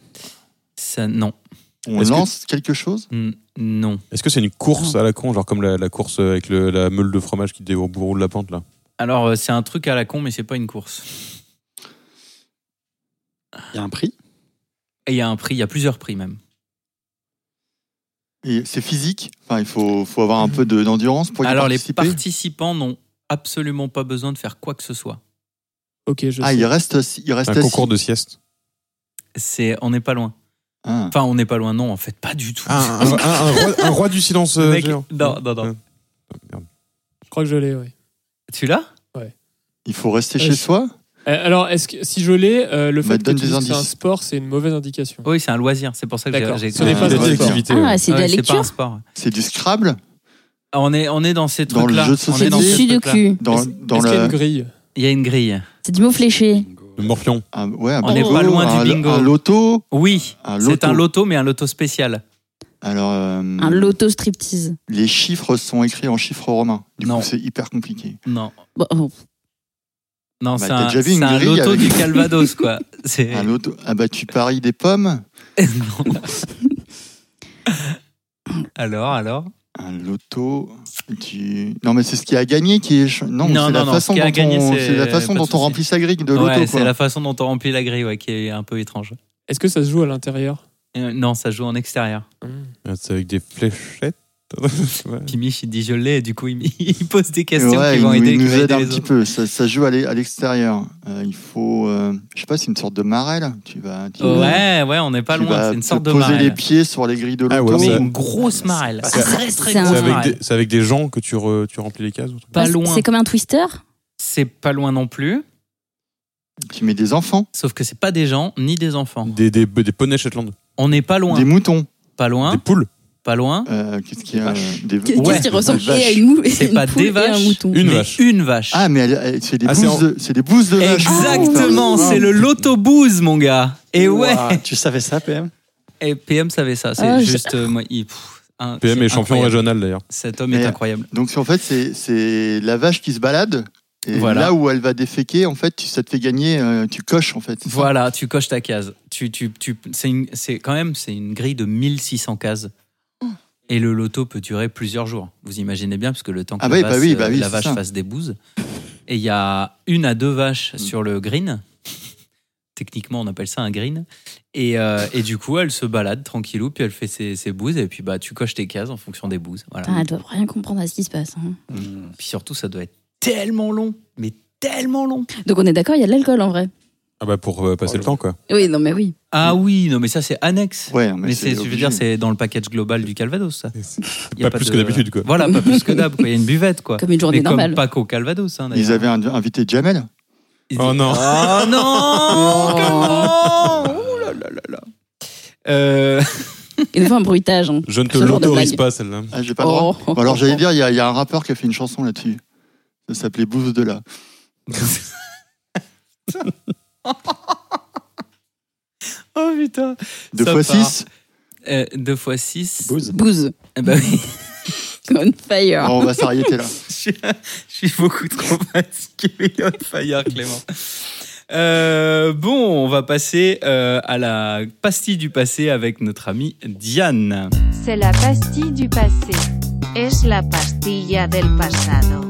Speaker 1: Ça, non.
Speaker 3: on
Speaker 2: Est-ce que-
Speaker 3: lance quelque chose
Speaker 1: Mm, Non.
Speaker 2: Est-ce que c'est une course à la con, genre comme la, la course avec le- la meule de fromage qui déroule la pente là
Speaker 1: Alors, euh, c'est un truc à la con, mais c'est pas une course.
Speaker 7: Il y a un prix
Speaker 1: Et il y a un prix, il y a plusieurs prix même.
Speaker 3: et C'est physique. Enfin, il faut, faut avoir un peu de- d'endurance pour y
Speaker 1: Mhm. Alors, les
Speaker 3: participer.
Speaker 1: participants n'ont absolument pas besoin de faire quoi que ce soit.
Speaker 6: Ok, je
Speaker 3: Ah,
Speaker 6: sais.
Speaker 3: il reste, assis- il reste
Speaker 2: Un
Speaker 3: assis.
Speaker 2: concours de sieste.
Speaker 1: C'est, on n'est pas loin.
Speaker 3: Ah.
Speaker 1: Enfin, on n'est pas loin, non, en fait, pas du tout.
Speaker 2: Ah, un, un- un roi, un roi du silence.
Speaker 1: Le
Speaker 2: euh,
Speaker 1: mec-
Speaker 2: géant.
Speaker 1: non, non, non.
Speaker 6: Je crois que je l'ai, oui.
Speaker 1: Tu l'as
Speaker 3: Il faut rester
Speaker 6: Euh,
Speaker 3: chez
Speaker 6: je-
Speaker 3: soi
Speaker 6: Euh, alors, est-ce que si je l'ai, euh, le
Speaker 3: Bah,
Speaker 6: fait que
Speaker 3: donne
Speaker 6: tu
Speaker 3: des
Speaker 6: dis que c'est un
Speaker 3: indices.
Speaker 6: sport, c'est une mauvaise indication.
Speaker 1: Oui, c'est un loisir, c'est pour ça que j'ai-
Speaker 6: D'accord.
Speaker 1: j'ai.
Speaker 6: Ce n'est
Speaker 3: Ah,
Speaker 6: pas
Speaker 2: Il a
Speaker 3: d'accord.
Speaker 2: dit
Speaker 6: un sport.
Speaker 2: activité.
Speaker 4: Ah, c'est
Speaker 1: Ah
Speaker 4: de la
Speaker 1: oui, c'est pas un
Speaker 4: lecture
Speaker 1: sport.
Speaker 3: C'est du Scrabble
Speaker 1: Ah, on, est, on est dans ces
Speaker 3: Dans le
Speaker 1: trucs-là.
Speaker 3: jeu de
Speaker 1: on est
Speaker 3: société.
Speaker 1: dans ces
Speaker 4: Dessus de
Speaker 1: trucs-là.
Speaker 4: cul.
Speaker 3: dans,
Speaker 6: Est-ce-
Speaker 3: dans
Speaker 6: Est-ce qu'il y a une
Speaker 3: le,
Speaker 6: grille
Speaker 1: Il y a une grille.
Speaker 4: C'est du mot fléché.
Speaker 2: Le morpion.
Speaker 3: un- ouais, un
Speaker 1: On est
Speaker 3: bingo,
Speaker 1: pas loin
Speaker 3: un-
Speaker 1: du bingo.
Speaker 3: Un loto.
Speaker 1: Oui,
Speaker 3: Un
Speaker 1: c'est
Speaker 3: loto.
Speaker 1: un loto, mais un loto spécial.
Speaker 3: Alors, euh,
Speaker 4: Un loto striptease.
Speaker 3: les chiffres sont écrits en chiffres romains. Du
Speaker 1: Non.
Speaker 3: coup, c'est hyper compliqué.
Speaker 1: Non,
Speaker 4: Bon, oh,
Speaker 1: non, c'est
Speaker 3: Bah, t'as
Speaker 1: un,
Speaker 3: déjà vu une
Speaker 1: c'est un
Speaker 3: grille
Speaker 1: loto
Speaker 3: avec-
Speaker 1: du Calvados, quoi. C'est...
Speaker 3: Un loto. Ah bah, tu paries des pommes
Speaker 1: Non. alors, alors
Speaker 3: Un loto. Tu... Non, mais c'est ce qui a gagné qui est. ch- Non,
Speaker 1: Non,
Speaker 3: c'est la,
Speaker 1: non, non,
Speaker 3: façon
Speaker 1: ce qui a
Speaker 3: dont
Speaker 1: gagné,
Speaker 3: on-
Speaker 1: c'est-
Speaker 3: c'est la
Speaker 1: pas
Speaker 3: façon
Speaker 1: de
Speaker 3: dont
Speaker 1: souci.
Speaker 3: on remplit sa grille de loto.
Speaker 1: ouais,
Speaker 3: quoi.
Speaker 1: c'est la façon dont on remplit la grille ouais, qui est un peu étrange.
Speaker 6: Est-ce que ça se joue à l'intérieur
Speaker 1: Euh, non, ça joue en extérieur.
Speaker 2: Ah, C'est avec des fléchettes. Ouais.
Speaker 1: Puis Mich, il dit je l'ai, et du coup, il, il pose des questions
Speaker 3: Ouais,
Speaker 1: qui
Speaker 3: il
Speaker 1: vont
Speaker 3: nous,
Speaker 1: aider,
Speaker 3: il
Speaker 1: qui
Speaker 3: nous
Speaker 1: vont
Speaker 3: aide
Speaker 1: aider
Speaker 3: un
Speaker 1: les
Speaker 3: petit
Speaker 1: autres.
Speaker 3: peu. Ça, ça joue à l'é- à l'extérieur. Euh, il faut, euh, je sais pas, c'est une sorte de marelle. Tu vas, tu,
Speaker 1: Ouais, ouais, on n'est pas
Speaker 3: tu
Speaker 1: loin,
Speaker 3: vas
Speaker 1: c'est une sorte
Speaker 3: te
Speaker 1: de
Speaker 3: bah, poser les
Speaker 1: marelle.
Speaker 3: pieds sur les grilles de
Speaker 2: Ah
Speaker 3: l'auto.
Speaker 2: ouais,
Speaker 1: Mais
Speaker 2: ça-
Speaker 1: une grosse marelle.
Speaker 4: C'est-
Speaker 1: Très, très
Speaker 4: c'est un-
Speaker 1: grosse
Speaker 2: C'est
Speaker 4: Ouais.
Speaker 2: avec,
Speaker 1: marelle.
Speaker 2: des- c'est avec des gens que tu, re- tu remplis les cases ou un truc
Speaker 1: Pas
Speaker 4: Ah, c'est-
Speaker 1: loin.
Speaker 4: C'est comme un twister
Speaker 1: C'est pas loin non plus,
Speaker 3: tu mets des enfants,
Speaker 1: sauf que c'est pas des gens ni des enfants.
Speaker 2: des, des, des poneys Shetland.
Speaker 1: On n'est pas loin,
Speaker 3: des moutons.
Speaker 1: pas loin,
Speaker 2: des poules.
Speaker 1: pas loin.
Speaker 3: Euh, Qu'est-ce qu'il y a
Speaker 7: vaches.
Speaker 3: des...
Speaker 4: Qu'est-ce
Speaker 1: Ouais.
Speaker 4: qui
Speaker 3: des
Speaker 4: ressemble
Speaker 3: vaches.
Speaker 4: et à une mou- et
Speaker 1: C'est
Speaker 4: une
Speaker 1: pas
Speaker 4: poule
Speaker 1: des
Speaker 4: et un
Speaker 1: vaches.
Speaker 4: mouton
Speaker 2: Une
Speaker 1: Mais
Speaker 2: vache.
Speaker 1: Une vache.
Speaker 3: Ah, mais elle- elle- c'est des
Speaker 2: Ah, c'est
Speaker 3: bouses,
Speaker 2: en-
Speaker 3: de, c'est des bouses de vache. Ah,
Speaker 1: Exactement,
Speaker 3: putain.
Speaker 1: c'est le loto booze, mon gars. Et ouais.
Speaker 7: Ouah, Tu savais ça, PM
Speaker 1: Et PM savait ça, c'est
Speaker 4: Ah, je-
Speaker 1: juste euh, moi. il- pff, un-
Speaker 2: PM est
Speaker 1: c'est
Speaker 2: champion
Speaker 1: incroyable.
Speaker 2: régional d'ailleurs.
Speaker 1: Cet homme est
Speaker 3: Mais-
Speaker 1: incroyable.
Speaker 3: Donc en fait, c'est- c'est la vache qui se balade. Et
Speaker 1: Voilà.
Speaker 3: là où elle va déféquer, en fait, tu- ça te fait gagner, euh, tu coches en fait. c'est ça
Speaker 1: Voilà, tu coches ta case. Tu, tu, tu, c'est une- c'est quand même c'est une grille de 1600 cases. Et le loto peut durer plusieurs jours. Vous imaginez bien, parce que le temps que
Speaker 3: Ah
Speaker 1: la,
Speaker 3: oui, bah
Speaker 1: vache,
Speaker 3: oui, bah
Speaker 1: euh,
Speaker 3: oui,
Speaker 1: la
Speaker 3: c'est
Speaker 1: vache
Speaker 3: ça.
Speaker 1: fasse des bouses. Et il y a une à deux vaches
Speaker 3: Mm.
Speaker 1: sur le green. Techniquement, on appelle ça un green. Et, euh, et du coup, elle se balade tranquillou, puis elle fait ses, ses bouses. Et puis, bah, tu coches tes cases en fonction des bouses. Voilà.
Speaker 3: Ah,
Speaker 4: Putain, Elles doivent Ah, rien comprendre à ce qui se passe. hein.
Speaker 1: Puis surtout, ça doit être tellement long, mais tellement long.
Speaker 4: Donc on est d'accord, il y a de l'alcool en vrai.
Speaker 2: Ah bah pour euh, passer le temps quoi.
Speaker 4: Oui, non mais oui.
Speaker 1: Ah oui, non, mais ça, c'est annexe.
Speaker 3: Ouais, mais,
Speaker 1: mais c'est, je veux
Speaker 3: obligé.
Speaker 1: dire, c'est dans le package global du Calvados, ça. Y a
Speaker 2: Pas plus que d'habitude quoi.
Speaker 1: Voilà, pas plus que d'hab, quoi. Il y a une buvette, quoi.
Speaker 4: Comme une journée
Speaker 1: mais comme
Speaker 4: normale.
Speaker 1: pas qu'au Calvados, hein, d'ailleurs.
Speaker 3: Ils avaient un- invité Jamel.
Speaker 1: Ils-
Speaker 2: Oh non.
Speaker 1: Oh non Comment Oh là là là là. Euh,
Speaker 4: Et des fois un bruitage. hein.
Speaker 2: Je ne te
Speaker 4: Ce genre de
Speaker 2: l'autorise
Speaker 4: blague.
Speaker 2: pas celle-là.
Speaker 3: Ah, j'ai pas le droit.
Speaker 4: Oh.
Speaker 3: Bon, alors j'allais dire, il y, a- il y a un rappeur qui a fait une chanson là-dessus. Ça s'appelait Bouse de là.
Speaker 1: oh putain.
Speaker 3: Deux
Speaker 1: Ça
Speaker 3: fois
Speaker 1: part.
Speaker 3: six.
Speaker 1: Euh, deux fois six.
Speaker 7: Bouze
Speaker 4: Bouze.
Speaker 1: Eh ben oui,
Speaker 4: On fire.
Speaker 1: Ah.
Speaker 3: Alors, on va s'arrêter là.
Speaker 1: je suis- je suis beaucoup trop fatigué. On fire, Clément. Euh, bon, on va passer euh, à la pastille du passé avec notre amie Diane.
Speaker 11: C'est la pastille du passé. Es la pastilla del pasado.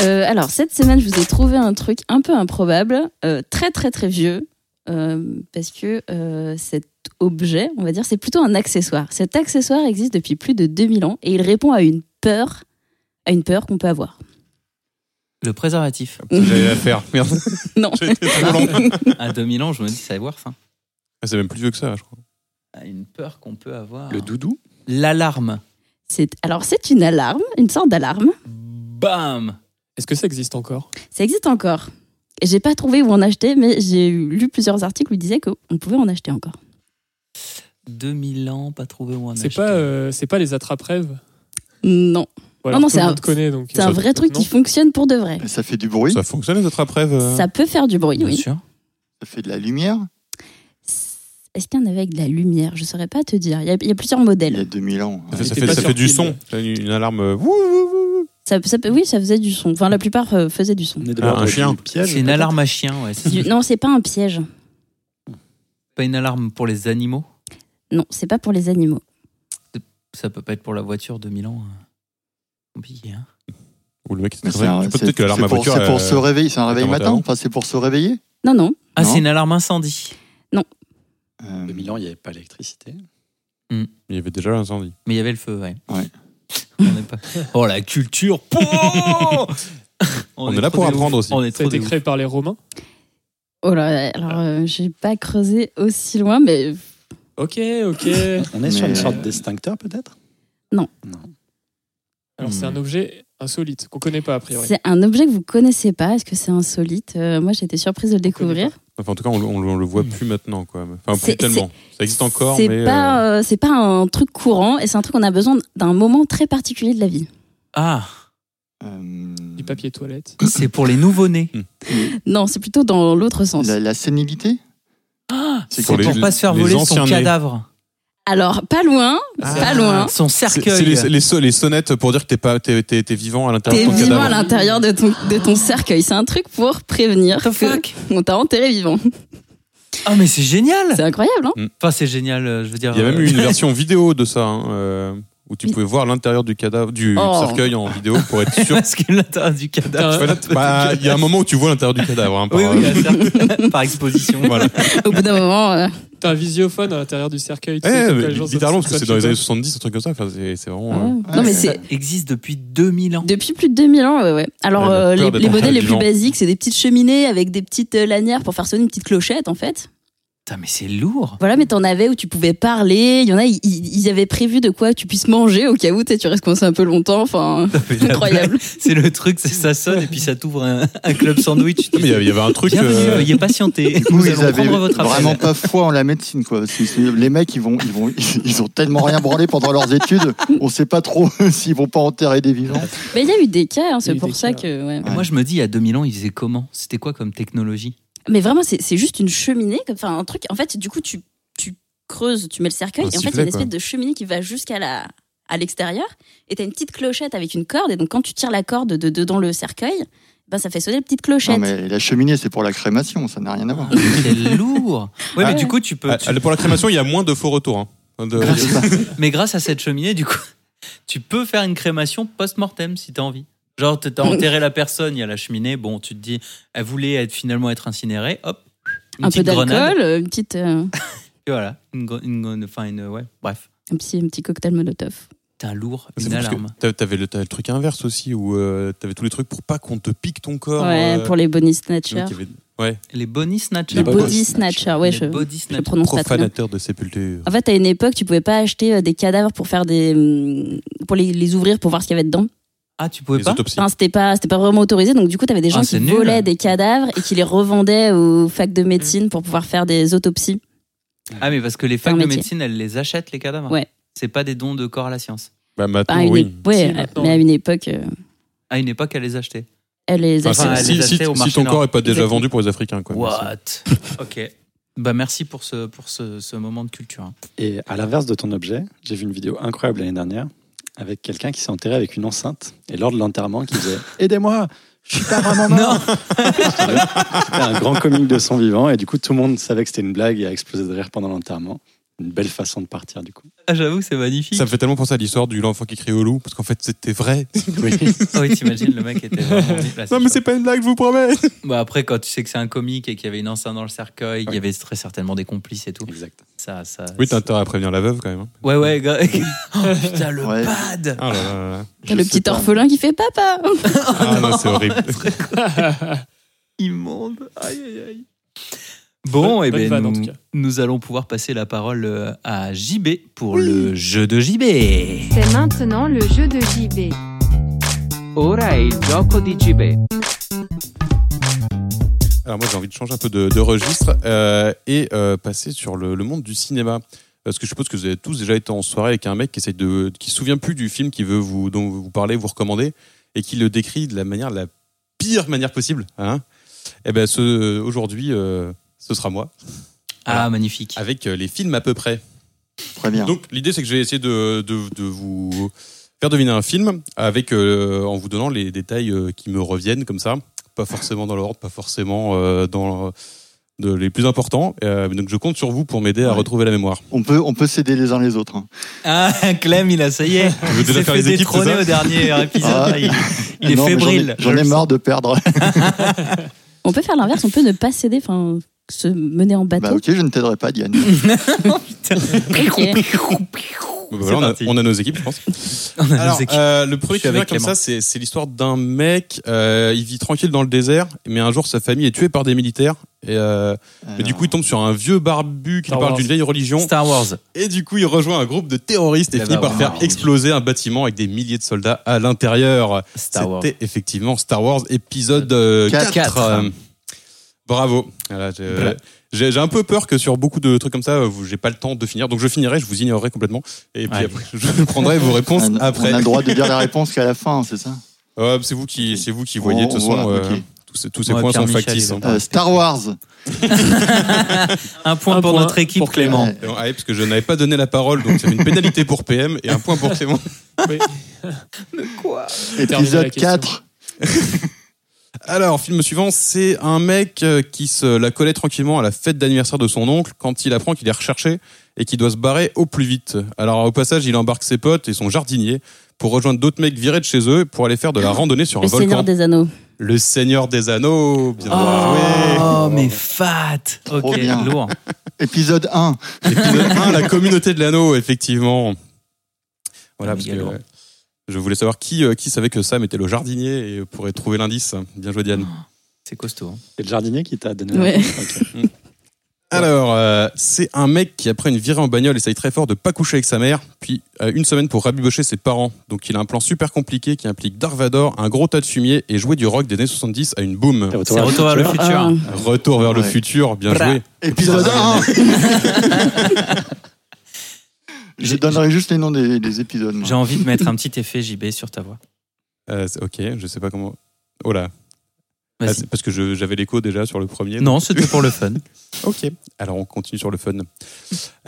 Speaker 4: Euh, alors, cette semaine, je vous ai trouvé un truc un peu improbable, euh, très très très vieux, euh, parce que euh, cet objet, on va dire, c'est plutôt un accessoire. Cet accessoire existe depuis plus de 2000 ans et il répond à une peur, à une peur qu'on peut avoir.
Speaker 1: Le préservatif.
Speaker 2: J'allais la faire. Merde.
Speaker 4: Non.
Speaker 2: J'ai été trop long.
Speaker 1: À 2000 ans, je me dis, ça va avoir faim.
Speaker 2: Ah, C'est même plus vieux que ça je crois.
Speaker 1: à une peur qu'on peut avoir.
Speaker 7: Le doudou
Speaker 1: L'alarme.
Speaker 4: C'est- Alors, c'est une alarme, une sorte d'alarme.
Speaker 1: Bam
Speaker 6: Est-ce que ça existe encore
Speaker 4: Ça existe encore. Et J'ai pas trouvé où en acheter, mais j'ai lu plusieurs articles où ils disaient qu'on pouvait en acheter encore.
Speaker 1: 2000 ans, pas trouvé où en
Speaker 6: C'est
Speaker 1: acheter.
Speaker 6: pas, euh, c'est pas les attrape-rêves
Speaker 4: Non.
Speaker 6: Voilà,
Speaker 4: non, non,
Speaker 6: tout
Speaker 4: c'est
Speaker 6: le
Speaker 4: un,
Speaker 6: monde connaît, donc,
Speaker 4: c'est un
Speaker 6: ça-
Speaker 4: vrai truc
Speaker 6: non Euh,
Speaker 4: qui fonctionne pour de vrai.
Speaker 3: Ça fait du bruit.
Speaker 2: Ça fonctionne les attrape rêves
Speaker 4: Ça peut faire du bruit,
Speaker 1: Bien
Speaker 4: oui.
Speaker 1: sûr.
Speaker 3: Ça fait de la lumière.
Speaker 4: Est-ce qu'il y en avait avec de la lumière Je saurais pas te dire. Il y a, il y a plusieurs
Speaker 3: Il y
Speaker 4: modèles.
Speaker 3: a 2000 ans.
Speaker 2: Ça fait, ça
Speaker 6: J'étais
Speaker 2: fait-
Speaker 6: pas
Speaker 2: ça
Speaker 6: sûr
Speaker 2: fait du
Speaker 6: qu'il-
Speaker 2: son. Une, une alarme. euh, wouh, wouh, wouh.
Speaker 4: Ça, ça peut- oui, ça faisait du son. Enfin, la plupart euh, faisaient du son.
Speaker 7: On est de
Speaker 2: Ah,
Speaker 7: l'ordre
Speaker 2: un
Speaker 7: du
Speaker 2: chien.
Speaker 7: piège,
Speaker 1: C'est une
Speaker 7: peut-être
Speaker 1: alarme à chien, ouais. C'est
Speaker 4: Du- Non, c'est pas un piège.
Speaker 1: pas une alarme pour les animaux.
Speaker 4: Non, c'est pas pour les animaux.
Speaker 1: Ça peut pas être pour la voiture, 2000 ans. euh, Compliqué, hein.
Speaker 2: Ou le mec qui
Speaker 3: Mais
Speaker 2: se
Speaker 3: c'est un-
Speaker 2: réveille. Peut-être que l'alarme à
Speaker 3: c'est pour,
Speaker 2: voiture.
Speaker 3: c'est pour
Speaker 2: euh,
Speaker 3: se réveiller. C'est un réveil
Speaker 2: commentaire
Speaker 3: matin.
Speaker 2: avant.
Speaker 3: Enfin, c'est pour se réveiller.
Speaker 4: Non, non.
Speaker 1: Ah,
Speaker 3: Non.
Speaker 1: c'est une alarme incendie.
Speaker 3: Euh,
Speaker 7: De Milan, il n'y avait pas l'électricité.
Speaker 2: Il y avait déjà l'incendie.
Speaker 1: Mais il y avait le feu, ouais.
Speaker 3: Ouais.
Speaker 1: On n'est pas- Oh, la culture Pouh
Speaker 2: On est là
Speaker 1: trop
Speaker 2: pour
Speaker 1: des
Speaker 2: apprendre
Speaker 1: ouf.
Speaker 2: aussi.
Speaker 1: On est
Speaker 6: Ça a
Speaker 1: trop
Speaker 6: été
Speaker 1: des ouf.
Speaker 6: créé par les Romains
Speaker 4: Oh là, là, alors euh, j'ai pas creusé aussi loin, mais
Speaker 6: Ok, ok.
Speaker 7: On est sur
Speaker 1: euh,
Speaker 3: Mais-
Speaker 7: une sorte d'extincteur, peut-être
Speaker 4: Non.
Speaker 6: Alors c'est un objet insolite qu'on connaît pas a priori.
Speaker 4: Hmm. c'est un objet que vous connaissez pas. Est-ce que c'est insolite Euh, Moi, j'ai été surprise de le découvrir.
Speaker 2: Enfin, en tout cas, on, le- on le- on le voit plus maintenant, quoi. Enfin,
Speaker 4: C'est-
Speaker 2: plus tellement. Ça existe encore,
Speaker 4: C'est
Speaker 2: mais.
Speaker 4: pas,
Speaker 2: euh,
Speaker 4: euh, c'est pas un truc courant et c'est un truc qu'on a besoin d'un moment très particulier de la vie.
Speaker 1: Ah,
Speaker 3: euh,
Speaker 6: Du papier toilette.
Speaker 1: c'est pour les nouveau-nés.
Speaker 4: Non, c'est plutôt dans l'autre sens.
Speaker 3: la, la sénilité.
Speaker 1: Oh, Ah,
Speaker 3: C'est
Speaker 1: c'est
Speaker 3: pour
Speaker 1: pour,
Speaker 2: les-
Speaker 1: pas se faire
Speaker 2: les
Speaker 1: voler
Speaker 2: anciens
Speaker 1: son
Speaker 2: nés.
Speaker 1: cadavre.
Speaker 4: Alors, pas loin, pas
Speaker 1: Ah,
Speaker 4: loin. hein.
Speaker 1: Son
Speaker 2: C'est c'est
Speaker 1: cercueil.
Speaker 2: les, les so- les sonnettes pour dire que t'es pas- t'es t'es- t'es vivant à l'intérieur
Speaker 4: T'es
Speaker 2: de ton
Speaker 4: vivant à
Speaker 2: cadavre.
Speaker 4: l'intérieur de ton, de ton cercueil. C'est un truc pour prévenir
Speaker 1: What the
Speaker 4: que
Speaker 1: fuck
Speaker 4: on t'a enterré vivant.
Speaker 1: Ah, mais c'est génial
Speaker 4: C'est incroyable, hein
Speaker 1: Enfin, c'est génial, euh, je veux dire.
Speaker 2: Il y a même
Speaker 1: euh,
Speaker 2: eu une version vidéo de ça, hein, euh, où tu pouvais voir l'intérieur du cadavre, du
Speaker 4: Oh.
Speaker 2: cercueil en vidéo pour être sûr.
Speaker 1: Parce que l'intérieur du cadavre.
Speaker 2: Voilà, bah, Il y a un moment où tu vois l'intérieur du cadavre. hein, par-
Speaker 1: Oui, oui, la cer- par exposition.
Speaker 2: Voilà.
Speaker 4: Au bout d'un moment, euh,
Speaker 6: T'as un visiophone à l'intérieur du cercueil. tu
Speaker 2: Eh,
Speaker 6: sais, t'as
Speaker 2: mais
Speaker 6: les gens-
Speaker 2: littéralement, parce que c'est dans les années
Speaker 6: tu
Speaker 2: 70, un truc comme ça. Enfin, c'est c'est vraiment.
Speaker 4: Ah ouais.
Speaker 2: euh,
Speaker 4: non mais
Speaker 3: Ouais.
Speaker 4: c'est
Speaker 1: Ça existe depuis 2000 ans.
Speaker 4: Depuis plus de 2000 ans, ouais, ouais. Alors,
Speaker 2: Ouais, la
Speaker 4: euh,
Speaker 2: peur
Speaker 4: les,
Speaker 2: d'être
Speaker 4: les modèles les plus
Speaker 2: vivant.
Speaker 4: basiques, c'est des petites cheminées avec des petites euh, lanières pour faire sonner une petite clochette, en fait.
Speaker 1: Putain, mais c'est lourd.
Speaker 4: Voilà, mais t'en avais où tu pouvais parler. Il y en a, ils, ils- ils avaient prévu de quoi tu puisses manger au cas où tu sais, tu restes coincé un peu longtemps. Enfin, incroyable.
Speaker 1: C'est le truc, c'est ça sonne et puis ça t'ouvre un, un club sandwich.
Speaker 2: Non, mais il y a- il y avait un truc.
Speaker 1: Bienvenue,
Speaker 2: euh,
Speaker 1: veuillez patienter.
Speaker 3: Du coup,
Speaker 1: Nous
Speaker 3: ils
Speaker 1: allons
Speaker 3: avaient
Speaker 1: prendre votre appel.
Speaker 3: vraiment pas foi en la médecine, quoi. C'est- c'est- les mecs, ils vont, ils vont, ils ont tellement rien branlé pendant leurs études. On sait pas trop s'ils vont pas enterrer des vivants.
Speaker 4: Mais il y a eu des cas, hein,
Speaker 6: Il y a
Speaker 4: c'est
Speaker 6: eu
Speaker 4: pour
Speaker 6: des
Speaker 4: ça
Speaker 6: cas.
Speaker 4: que. ouais.
Speaker 1: Et Moi, je me dis, il y a 2000 ans, ils faisaient comment C'était quoi comme technologie
Speaker 4: Mais vraiment, c'est c'est juste une cheminée, comme- enfin un truc. En fait, du coup, tu, tu creuses, tu mets le cercueil,
Speaker 2: Un
Speaker 4: et en fait, il y a
Speaker 2: sifflet,
Speaker 4: une
Speaker 2: quoi.
Speaker 4: espèce de cheminée qui va jusqu'à la à l'extérieur, et t'as une petite clochette avec une corde, et donc quand tu tires la corde de dedans le cercueil, ben ça fait sonner la petite clochette.
Speaker 3: Non, mais la cheminée, c'est pour la crémation. Ça n'a rien à voir.
Speaker 1: C'est lourd. Ouais,
Speaker 2: Ah.
Speaker 1: mais du coup, tu peux.
Speaker 2: à-
Speaker 1: tu-
Speaker 2: à- Pour la crémation, il y a moins de faux retours. hein. De-
Speaker 1: Mais grâce à cette cheminée, du coup, tu peux faire une crémation post-mortem si t'as envie. Genre, t'as enterré la personne, il y a la cheminée. Bon, tu te dis, elle voulait être, finalement être incinérée. Hop, une
Speaker 4: un peu
Speaker 1: petite grenade.
Speaker 4: d'alcool, euh, une petite, euh,
Speaker 1: Et voilà, une, gre- une, gre- enfin, une, ouais, bref.
Speaker 4: un petit, un petit cocktail Molotov.
Speaker 1: T'as un lourd,
Speaker 2: C'est
Speaker 1: une
Speaker 2: parce que
Speaker 1: alarme.
Speaker 2: t'a- T'avais le, t'avais le truc inverse aussi, où euh, t'avais tous les trucs pour pas qu'on te pique ton corps.
Speaker 4: ouais,
Speaker 2: euh,
Speaker 4: pour les body snatchers.
Speaker 2: donc il y avait- Ouais,
Speaker 1: Les body snatchers.
Speaker 4: Les
Speaker 7: Les body
Speaker 4: body snatchers, ouais,
Speaker 1: Les
Speaker 4: je,
Speaker 1: body
Speaker 4: je
Speaker 1: snatchers.
Speaker 4: prononce pas très bien.
Speaker 2: profanateur de sépulture.
Speaker 4: En fait, à une époque, tu pouvais pas acheter euh, des cadavres pour faire des, hum, pour les, les ouvrir pour voir ce qu'il y avait dedans.
Speaker 1: Ah, tu pouvais
Speaker 2: Les
Speaker 1: pas
Speaker 2: autopsies.
Speaker 4: Enfin, c'était pas, c'était pas vraiment autorisé. Donc, du coup, t'avais des gens
Speaker 1: Ah,
Speaker 4: qui
Speaker 1: c'est nul.
Speaker 4: volaient des cadavres et qui les revendaient aux facs de
Speaker 6: Mm.
Speaker 4: médecine pour pouvoir faire des autopsies.
Speaker 1: Ah, mais parce que les facs
Speaker 4: un
Speaker 1: de
Speaker 4: métier.
Speaker 1: médecine, elles les achètent, les cadavres.
Speaker 4: Ouais.
Speaker 1: C'est pas des dons de corps à la science.
Speaker 2: Bah,
Speaker 4: Pas
Speaker 2: maintenant,
Speaker 4: à une
Speaker 2: oui.
Speaker 4: époque- ouais,
Speaker 6: Si, maintenant,
Speaker 4: mais à
Speaker 6: oui.
Speaker 4: une époque, euh,
Speaker 1: À une époque, elles les achetaient.
Speaker 4: elle les
Speaker 2: Enfin,
Speaker 1: Enfin,
Speaker 4: achetait.
Speaker 1: elle les
Speaker 2: si, si-
Speaker 1: achetait au
Speaker 2: si
Speaker 1: marché
Speaker 2: ton
Speaker 1: noir.
Speaker 2: corps est pas déjà
Speaker 4: Exactement.
Speaker 2: vendu pour les Africains, quoi.
Speaker 1: What Ok. Bah, merci pour ce, pour ce, ce moment de culture. hein.
Speaker 7: Et à l'inverse de ton objet, j'ai vu une vidéo incroyable l'année dernière avec quelqu'un qui s'est enterré avec une enceinte. Et lors de l'enterrement, qui disait Aidez-moi Je suis pas vraiment mort C'était un grand comique de son vivant. Et du coup, tout le monde savait que c'était une blague et a explosé de rire pendant l'enterrement. Une belle façon de partir, du coup.
Speaker 1: Ah, j'avoue, c'est magnifique.
Speaker 2: Ça me fait tellement penser à l'histoire du l'enfant qui crie au loup, parce qu'en fait c'était vrai.
Speaker 7: Oui.
Speaker 1: Ah oui, t'imagines, le mec était vraiment déplacé.
Speaker 2: non mais c'est pas une blague, je vous promets.
Speaker 1: Bah, après, quand tu sais que c'est un comique et qu'il y avait une enceinte dans le cercueil, il y avait très certainement des complices et tout.
Speaker 7: Exact.
Speaker 1: Ça, ça.
Speaker 2: Oui, t'as intérêt à prévenir la veuve quand même. hein.
Speaker 1: Ouais, ouais, gars. Oh, putain, le
Speaker 3: Ouais.
Speaker 1: pad
Speaker 2: Ah là là là.
Speaker 4: T'as le petit orphelin qui fait papa.
Speaker 2: Ah non, c'est horrible.
Speaker 1: Immonde. Aïe, aïe, aïe. Bon,
Speaker 6: Bonne-
Speaker 1: et
Speaker 6: bonne
Speaker 1: ben,
Speaker 6: vanne, en
Speaker 1: nous,
Speaker 6: tout cas.
Speaker 1: nous allons pouvoir passer la parole euh, à JB pour le jeu de JB.
Speaker 11: C'est maintenant le jeu de JB.
Speaker 12: Ora è il gioco di GB.
Speaker 2: Alors moi j'ai envie de changer un peu de, de registre euh, et euh, passer sur le, le monde du cinéma. Parce que je suppose que vous avez tous déjà été en soirée avec un mec qui essaye de, qui se souvient plus du film qui veut vous, dont vous parlez, vous recommander, et qui le décrit de la manière la pire manière possible. Hein et ben ce, aujourd'hui, euh, ce sera moi.
Speaker 1: Ah magnifique.
Speaker 2: Avec euh, les films à peu près.
Speaker 3: Très bien.
Speaker 2: Donc l'idée c'est que j'ai essayé de, de- de vous faire deviner un film avec euh, en vous donnant les détails euh, qui me reviennent comme ça, pas forcément dans l'ordre, pas forcément euh, dans de- les plus importants. Euh, donc je compte sur vous pour m'aider à retrouver la mémoire.
Speaker 3: On peut, on peut s'aider les uns les autres. hein.
Speaker 1: Ah, Clem, il a, ça y est.
Speaker 2: veux
Speaker 1: Il
Speaker 2: déjà
Speaker 1: s'est
Speaker 2: faire
Speaker 1: fait
Speaker 2: les équipes,
Speaker 1: détrôner
Speaker 2: c'est ça
Speaker 1: au dernier épisode.
Speaker 3: Ah.
Speaker 1: là, il, il est
Speaker 3: Non, mais j'en ai-
Speaker 1: fébrile.
Speaker 3: J'en ai, marre de perdre.
Speaker 4: On peut faire l'inverse, on peut ne pas céder, enfin, se mener en
Speaker 3: bah
Speaker 4: bateau.
Speaker 3: ok, je ne t'aiderai pas, Diane.
Speaker 4: Ok.
Speaker 2: Bah, voilà, on, a, on a nos équipes, je pense. Alors,
Speaker 1: équipes.
Speaker 2: euh, le premier
Speaker 1: Je suis
Speaker 2: qui vient
Speaker 1: avec
Speaker 2: comme
Speaker 1: Clément.
Speaker 2: ça, c'est c'est l'histoire d'un mec. euh, il vit tranquille dans le désert, mais un jour sa famille est tuée par des militaires. Et euh, mais du coup, il tombe sur un vieux barbu qui
Speaker 1: Star
Speaker 2: parle
Speaker 1: Ah Wars.
Speaker 2: d'une vieille religion.
Speaker 1: Star Wars.
Speaker 2: Et du coup, il rejoint un groupe de terroristes et
Speaker 1: Eh
Speaker 2: finit
Speaker 1: bah,
Speaker 2: par
Speaker 1: ouais.
Speaker 2: faire exploser un bâtiment avec des milliers de soldats à l'intérieur.
Speaker 1: Star Wars.
Speaker 2: C'était effectivement Star Wars épisode euh,
Speaker 1: Quatre.
Speaker 2: 4. Euh, bravo. Voilà, j'ai- j'ai j'ai un peu peur que sur beaucoup de trucs comme ça, vous- j'ai pas le temps de finir. Donc je finirai, je vous ignorerai complètement. Et puis
Speaker 1: Allez.
Speaker 2: après, je prendrai vos réponses
Speaker 3: on, a-
Speaker 2: après.
Speaker 3: On a le droit de dire la réponse qu'à la fin, c'est ça
Speaker 2: Ouais, c'est vous qui, c'est vous qui voyez. De toute
Speaker 3: On-
Speaker 2: façon,
Speaker 3: voilà,
Speaker 2: euh,
Speaker 3: ok.
Speaker 2: tous ces, tous ces
Speaker 1: Ouais,
Speaker 2: points sont
Speaker 1: Pierre-Michel,
Speaker 2: factices.
Speaker 1: il est
Speaker 2: hein.
Speaker 1: pas-
Speaker 3: Euh, Star Wars.
Speaker 1: Un point
Speaker 6: Un
Speaker 1: pour
Speaker 6: point
Speaker 1: notre équipe,
Speaker 6: pour Clément.
Speaker 3: Euh,
Speaker 1: Clément.
Speaker 2: Et bon, ah ouais, parce que je n'avais pas donné la parole, donc c'est une pénalité pour PM et un point pour Clément.
Speaker 6: Oui. Terminer la
Speaker 3: Épisode
Speaker 6: question.
Speaker 3: 4.
Speaker 2: Alors, film suivant, c'est un mec euh, qui se la collait tranquillement à la fête d'anniversaire de son oncle quand il apprend qu'il est recherché et qu'il doit se barrer au plus vite. Alors, au passage, il embarque ses potes et son jardinier pour rejoindre d'autres mecs virés de chez eux pour aller faire de la randonnée sur un
Speaker 4: Le
Speaker 2: volcan.
Speaker 4: Seigneur des Anneaux.
Speaker 2: Le Seigneur des Anneaux. Bien joué.
Speaker 1: Oh, mais fat.
Speaker 3: Trop
Speaker 1: Ok,
Speaker 3: bien.
Speaker 1: lourd.
Speaker 3: Épisode 1.
Speaker 2: Épisode 1, la communauté de l'anneau, effectivement. Voilà, parce que
Speaker 1: Méga lourd.
Speaker 2: euh, je voulais savoir qui, euh, qui savait que Sam était le jardinier et pourrait trouver l'indice. Bien joué, Diane.
Speaker 1: C'est costaud. hein.
Speaker 7: C'est le jardinier qui t'a donné.
Speaker 4: Ouais.
Speaker 7: la réponse, ok.
Speaker 2: Alors, euh, c'est un mec qui, après une virée en bagnole, essaye très fort de pas coucher avec sa mère, puis euh, une semaine pour rabibocher ses parents. Donc, il a un plan super compliqué qui implique Darvador, un gros tas de fumier et jouer du rock des années 70 à une boom.
Speaker 7: Et
Speaker 1: C'est
Speaker 7: retour à-
Speaker 1: retour vers le
Speaker 4: Ah.
Speaker 1: futur.
Speaker 2: Retour vers le
Speaker 3: Ouais.
Speaker 2: futur, bien
Speaker 1: Bra.
Speaker 2: joué.
Speaker 3: Épisode 1. Je donnerai juste les noms des, des épisodes. moi.
Speaker 1: J'ai envie de mettre un petit effet JB sur ta voix.
Speaker 2: Euh, c'est- ok, je sais pas comment. Oh là, Ah,
Speaker 1: Vas-y.
Speaker 2: c'est parce que je- j'avais l'écho déjà sur le premier.
Speaker 1: Non, c'était pour le fun.
Speaker 2: Ok. Alors on continue sur le fun.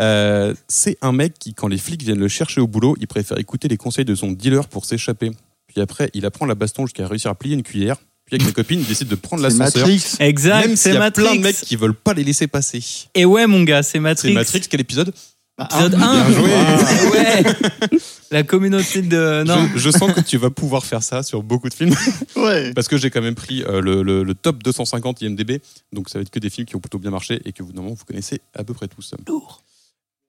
Speaker 2: Euh, c'est un mec qui, quand les flics viennent le chercher au boulot, il préfère écouter les conseils de son dealer pour s'échapper. Puis après, il apprend la baston jusqu'à réussir à plier une cuillère. Puis avec sa copine, il décide de prendre
Speaker 3: C'est
Speaker 2: l'ascenseur.
Speaker 3: Matrix.
Speaker 1: Exact,
Speaker 2: Même s'il
Speaker 1: c'est
Speaker 2: y a
Speaker 1: Matrix.
Speaker 2: plein de mecs qui veulent pas les laisser passer.
Speaker 1: Et ouais, mon gars, c'est
Speaker 2: C'est
Speaker 1: Matrix.
Speaker 2: Matrix, quel épisode
Speaker 3: Bah, un.
Speaker 1: Épisode 1.
Speaker 2: Bien joué.
Speaker 1: Ouais. La communauté de. Non.
Speaker 2: je, je sens que tu vas pouvoir faire ça sur beaucoup de films.
Speaker 3: Ouais.
Speaker 2: Parce que j'ai quand même pris euh, le, le- le top 250 IMDB. Donc ça va être que des films qui ont plutôt bien marché et que vous, normalement, vous connaissez à peu près tous.
Speaker 1: Lourd.